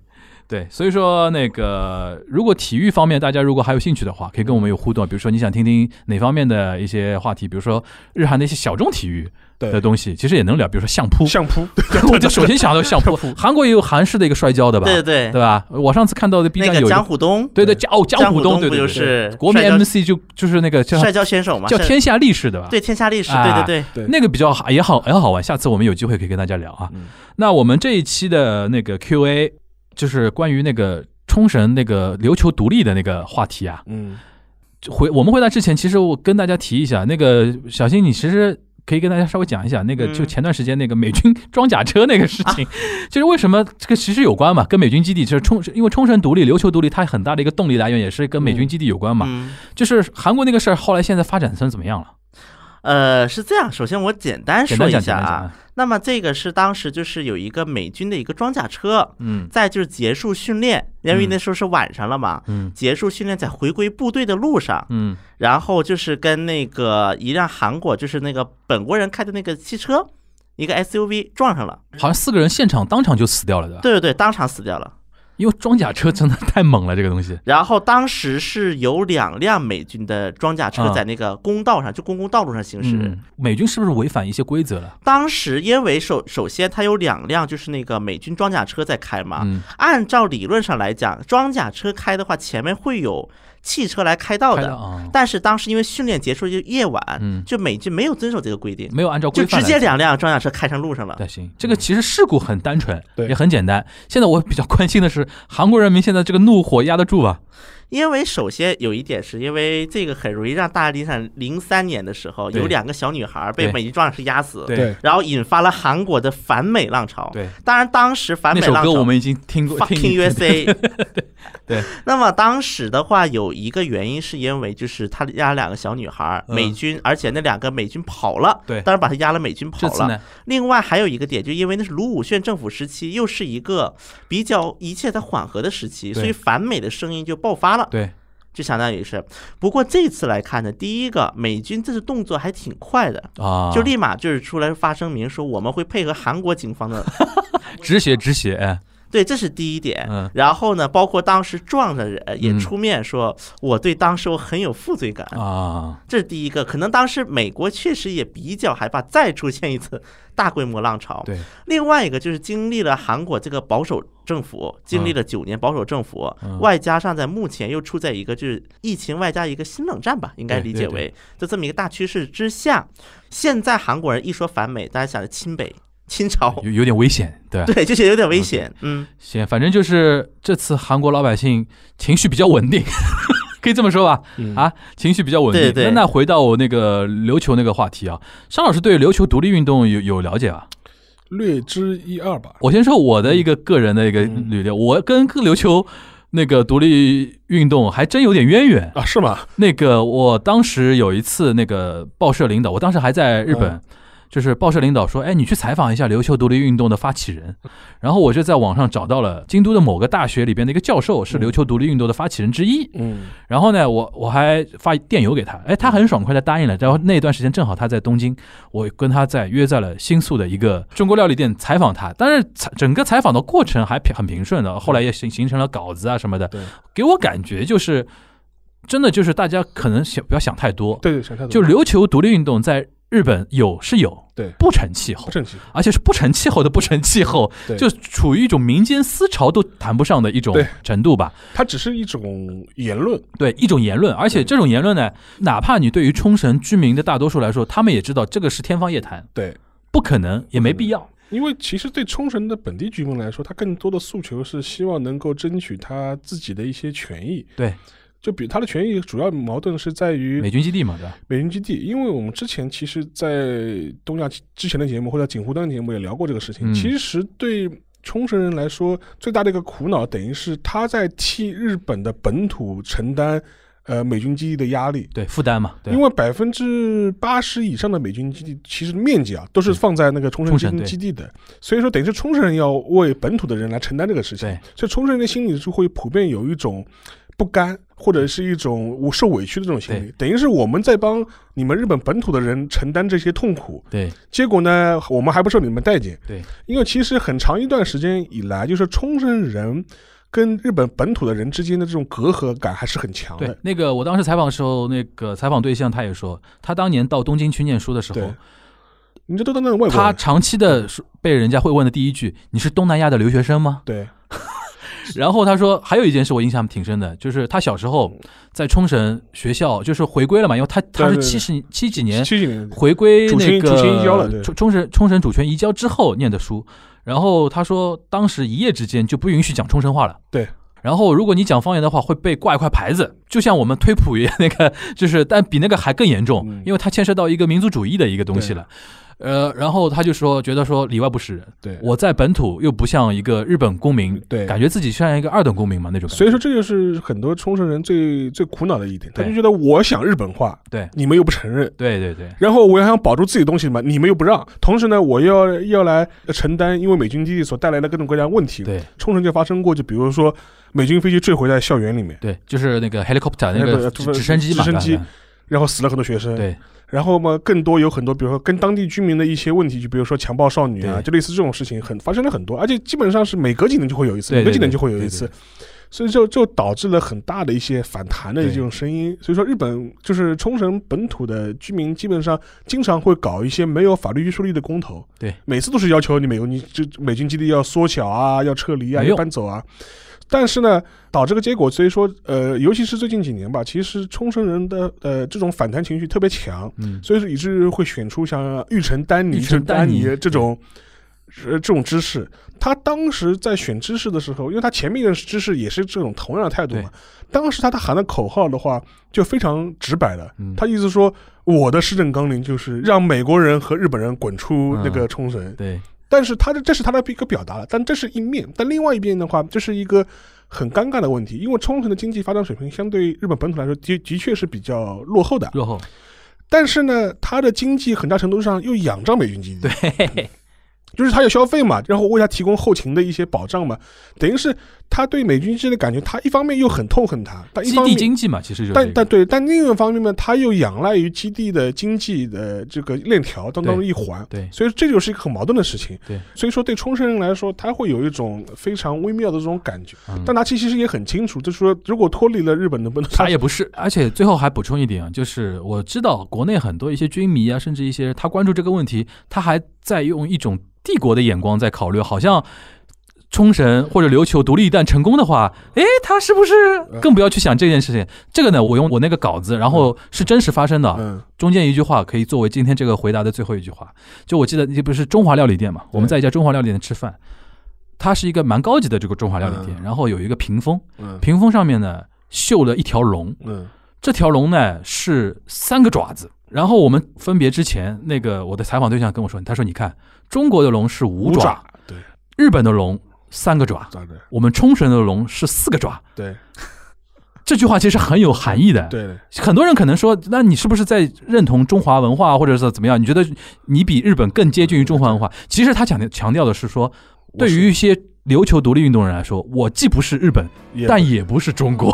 对，所以说那个，如果体育方面大家如果还有兴趣的话，可以跟我们有互动，比如说你想听听哪方面的一些话题，比如说日韩的一些小众体育的东西，其实也能聊，比如说相 扑。
相扑，
我 就首先想到相扑，韩国也有韩式的一个摔跤的吧，
对对
对吧？我上次看到的 B
那
站有
个
一
江
个，
虎东，
对对，江哦
江
虎
东
东，对
不
对
就
对对，
是
国民
摔跤
MC 就就是那个叫
摔跤选手嘛？
叫
是
天下力士对吧？
对天下力士，对
啊
对对。
对
那个比较好，也好，也好玩。下次我们有机会可以跟大家聊啊。
嗯
那我们这一期的那个 Q&A 就是关于那个冲绳那个琉球独立的那个话题啊。
嗯，
就回我们回答之前，其实我跟大家提一下，那个小新，你其实。可以跟大家稍微讲一下那个，
嗯啊
就前段时间那个美军 装甲车那个事情，就是为什么这个其实有关嘛，跟美军基地就是冲，因为冲绳独立、琉球独立，它很大的一个动力来源也是跟美军基地有关嘛。
嗯，
就是韩国那个事儿，后来现在发展成怎么样了？
呃，是这样。首先，我简单
简
说
单
一
讲，简
下
单讲
啊。
啊，
那么这个是当时就是有一个美军的一个装甲车，
嗯
在就是结束训练，因为
嗯
那时候是晚上了嘛，
嗯
结束训练在回归部队的路上，
嗯
然后就是跟那个一辆韩国就是那个本国人开的那个汽车，一个 SUV 撞上了，
好像四个人现场当场就死掉了的，
对对对，当场死掉了。
因为装甲车真的太猛了，这个东西。
然后当时是有两辆美军的装甲车
嗯
在那个公道上，就公共道路上行驶。
嗯，美军是不是违反一些规则了？
当时因为首首先它有两辆就是那个美军装甲车在开嘛，
嗯，
按照理论上来讲，装甲车开的话，前面会有汽车来开道
开
的。
了啊，
但是当时因为训练结束就夜晚，
嗯
就美军没有遵守这个规定，
没有按照规
就
范
直
来
接两辆装甲车开上路上了。
对，行，这个其实事故很单纯，
对
也很简单。现在我比较关心的是，韩国人民现在这个怒火压得住吧？
因为首先有一点是因为这个很容易让大家联想，零三年的时候
对
有两个小女孩被
对
美军装甲车压死，
对
对，
然后引发了韩国的反美浪潮。
对，
当然当时反
那
哦美
首
浪
歌
潮
我们已经 听过，听
fucking USA。
对，
那么当时的话，有一个原因是因为就是他压两个小女孩儿，
嗯
美军，而且那两个美军跑了，
对
当然把他压了，美军跑
这次
了。
呢，
另外还有一个点，就因为那是卢武铉政府时期，又是一个比较一切在缓和的时期，
对
所以反美的声音就爆发了，
对，
就相当于是。不过这次来看呢，第一个美军这次动作还挺快的。
啊，
就立马就是出来发声明说我们会配合韩国警方 的
止血止血，哎
对，这是第一点。
嗯
然后呢，包括当时撞的人也
嗯
出面说，我对当时我很有负罪感。
啊，
这是第一个，可能当时美国确实也比较害怕再出现一次大规模浪潮。
对，
另外一个就是经历了韩国这个保守政府，经
啊
历了九年保守政府，
嗯
外加上在目前又处在一个就是疫情外加一个新冷战吧，应该
对
理
对
解
对
为就这么一个大趋势之下，现在韩国人一说反美，大家想着亲北、亲朝，
有有点危险，对吧。啊
对，就觉得有点危险。嗯，
行，反正就是这次韩国老百姓情绪比较稳定， 可以这么说吧？
嗯
啊，情绪比较稳定。
对对
那那回到我那个琉球那个话题啊，商老师对琉球独立运动有有了解吧？
略知一二吧。
我先说我的一个个人的一个
嗯
履历，我跟琉球。那个独立运动还真有点渊源。
啊，是吗？
那个我当时有一次，那个报社领导，我当时还在日本，就是报社领导说：“哎，你去采访一下琉球独立运动的发起人。”然后我就在网上找到了京都的某个大学里边的一个教授是琉球独立运动的发起人之一。
嗯，
然后呢，我我还发电邮给他，哎，他很爽快的答应了。然后那段时间正好他在东京，我跟他在约在了新宿的一个中国料理店采访他。但是采整个采访的过程还平很平顺的，后来也形形成了稿子啊什么的
对，
给我感觉就是真的就是大家可能想不要想太多，
对对，想太多，
就琉球独立运动在日本有是有，
对
不成气候
不。正气。
而且是不成气候的不成气候，
对
就处于一种民间思潮都谈不上的一种
对
程度吧。
它只是一种言论，
对一种言论，而且这种言论呢，哪怕你对于冲绳居民的大多数来说，他们也知道这个是天方夜谭，
对，
不可能，也没必要。
因为其实对冲绳的本地居民来说，他更多的诉求是希望能够争取他自己的一些权益。
对，
就比他的权益主要矛盾是在于
美军基地嘛，对吧？
美军基地，因为我们之前其实，在东亚之前的节目或者锦湖端节目也聊过这个事情。
嗯
其实对冲绳人来说，最大的一个苦恼，等于是他在替日本的本土承担呃美军基地的压力。
对，负担嘛，对
因，为百分之八十以上的美军基地，其实面积啊都是放在那个冲
冲
绳基
绳
地
对
基地的，所以说等于是冲绳人要为本土的人来承担这个事情
对，
所以冲绳人的心里是会普遍有一种不甘，或者是一种我受委屈的这种心理，等于是我们在帮你们日本本土的人承担这些痛苦，
对，
结果呢，我们还不受你们待见。
对，
因为其实很长一段时间以来，就是冲绳人跟日本本土的人之间的这种隔阂感还是很强的
对。。那个我当时采访的时候，那个采访对象他也说，他当年到东京去念书的时
对
候，
你这都当那种外国
他
人，
长期的被人家会问的第一句：“你是东南亚的留学生吗？”
对。
然后他说，还有一件事我印象挺深的，就是他小时候在冲绳学校，就是回归了嘛，因为他他
对
是
对
七十七几年
七几年
回归
主
那
权主权移交了
个
对
冲冲绳冲绳主权移交之后念的书。然后他说，当时一夜之间就不允许讲冲绳话了。
对。
然后，如果你讲方言的话，会被挂一块牌子，就像我们推普语那个， 就是，但比那个还更严重
嗯，
因为它牵涉到一个民族主义的一个东西了。呃，然后他就说，觉得说里外不是人，
对
我在本土又不像一个日本公民，
对
感觉自己像一个二等公民嘛那种感觉。
所以说，这就是很多冲绳人最最苦恼的一点，他
对
就觉得我想日本化，
对
你们又不承认，
对对对
然后我要想保住自己的东西嘛，你们又不让，同时呢，我又要要来承担因为美军基地所带来的各种各样的问题。
对
冲绳就发生过，就比如说美军飞机坠毁在校园里面，
对，就是那个 helicopter 那
哎不
个
是
直
不是
直升机嘛，
直升机
对吧
然后死了很多学生。
对
然后嘛，更多有很多，比如说跟当地居民的一些问题，就比如说强暴少女啊，
对
就类似这种事情很发生了很多，而且基本上是每隔几年就会有一次，
对
每隔几
对
年
对
就会有
对对
一次，所以就就导致了很大的一些反弹的这种声音。所以说，日本就是冲绳本土的居民，基本上经常会搞一些没有法律约束力的公投，
对，
每次都是要求你美国你这美军基地要缩小
哎
啊，要撤离啊，
没
要
用
搬走啊。但是呢，导致个结果，所以说，呃，尤其是最近几年吧，其实冲绳人的呃这种反弹情绪特别强，
嗯，
所以说以致会选出像玉成丹尼、
玉成丹尼
这种。呃，这种知识，他当时在选知识的时候，因为他前面的知识也是这种同样的态度嘛。当时他他喊的口号的话，就非常直白了。
嗯
他意思说，我的施政纲领就是让美国人和日本人滚出那
嗯
个冲绳。
对
但是他的这是他的一个表达了，但这是一面，但另外一边的话，这是一个很尴尬的问题，因为冲绳的经济发展水平相对于日本本土来说，的的确是比较落后的。
落后，
但是呢，它的经济很大程度上又仰仗美军基地，
对
就是它要消费嘛，然后为它提供后勤的一些保障嘛，等于是他对美军基地的感觉，他一方面又很痛恨它，呃但一
基
方
地
面。
经济嘛，其实就是
但
这
但
个
对，但另一方面呢，他又仰赖于基地的经济的这个链条当中的一环，
对
所以这就是一个很矛盾的事情。
对，
所以说对冲绳人来说，他会有一种非常微妙的这种感觉，
嗯
但他其实也很清楚，就是说如果脱离了日本的本土，
他也不是，而且最后还补充一点啊，就是我知道国内很多一些军迷啊，甚至一些人他关注这个问题，他还在用一种帝国的眼光在考虑，好像冲绳或者琉球独立一旦成功的话，诶，他是不是
呃
更不要去想这件事情？这个呢，我用我那个稿子，然后是真实发生的啊，
嗯，
中间一句话可以作为今天这个回答的最后一句话。就我记得，这不是中华料理店嘛？我们在一家中华料理店吃饭，它是一个蛮高级的这个中华料理店，
嗯
然后有一个屏风，
嗯
屏风上面呢绣了一条龙，
嗯
这条龙呢是三个爪子。然后我们分别之前，那个我的采访对象跟我说，他说你看中国的龙是五
五
爪，
爪对
日本的龙三个爪，
咋的？
我们冲绳的龙是四个爪。
对
这句话其实很有含义的，
对的，
很多人可能说，那你是不是在认同中华文化，或者是怎么样？你觉得你比日本更接近于中华文化？其实他强调强调的是说，对于一些琉球独立运动人来说，我既不是日本，
也
但也不是中国。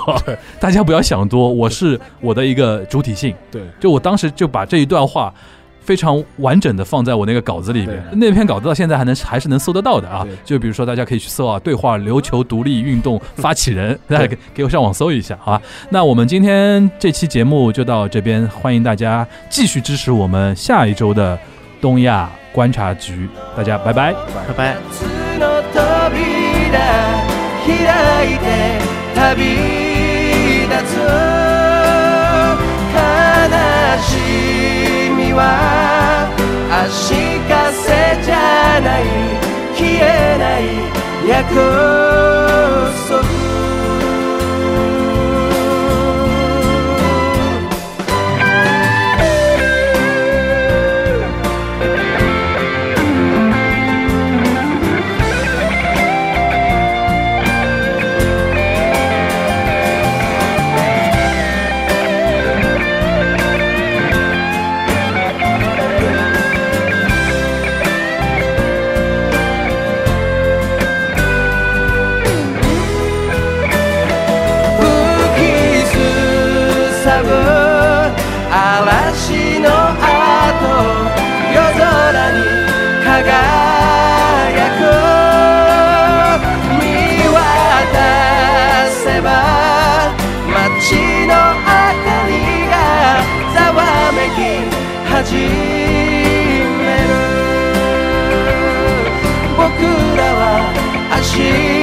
大家不要想多，我是我的一个主体性。
对
就我当时就把这一段话。非常完整的放在我那个稿子里边，那篇稿子到现在还能还是能搜得到的啊
对。
就比如说，大家可以去搜啊，对话琉球独立运动发起人，大家给给我上网搜一下，好吧？那我们今天这期节目就到这边，欢迎大家继续支持我们下一周的东亚观察局，大家拜拜。
拜拜。
夏の扉開いて旅立つ悲しみは足かせじゃない消えない約束輝く見渡せば街の明かりがざわめき始める僕らは明日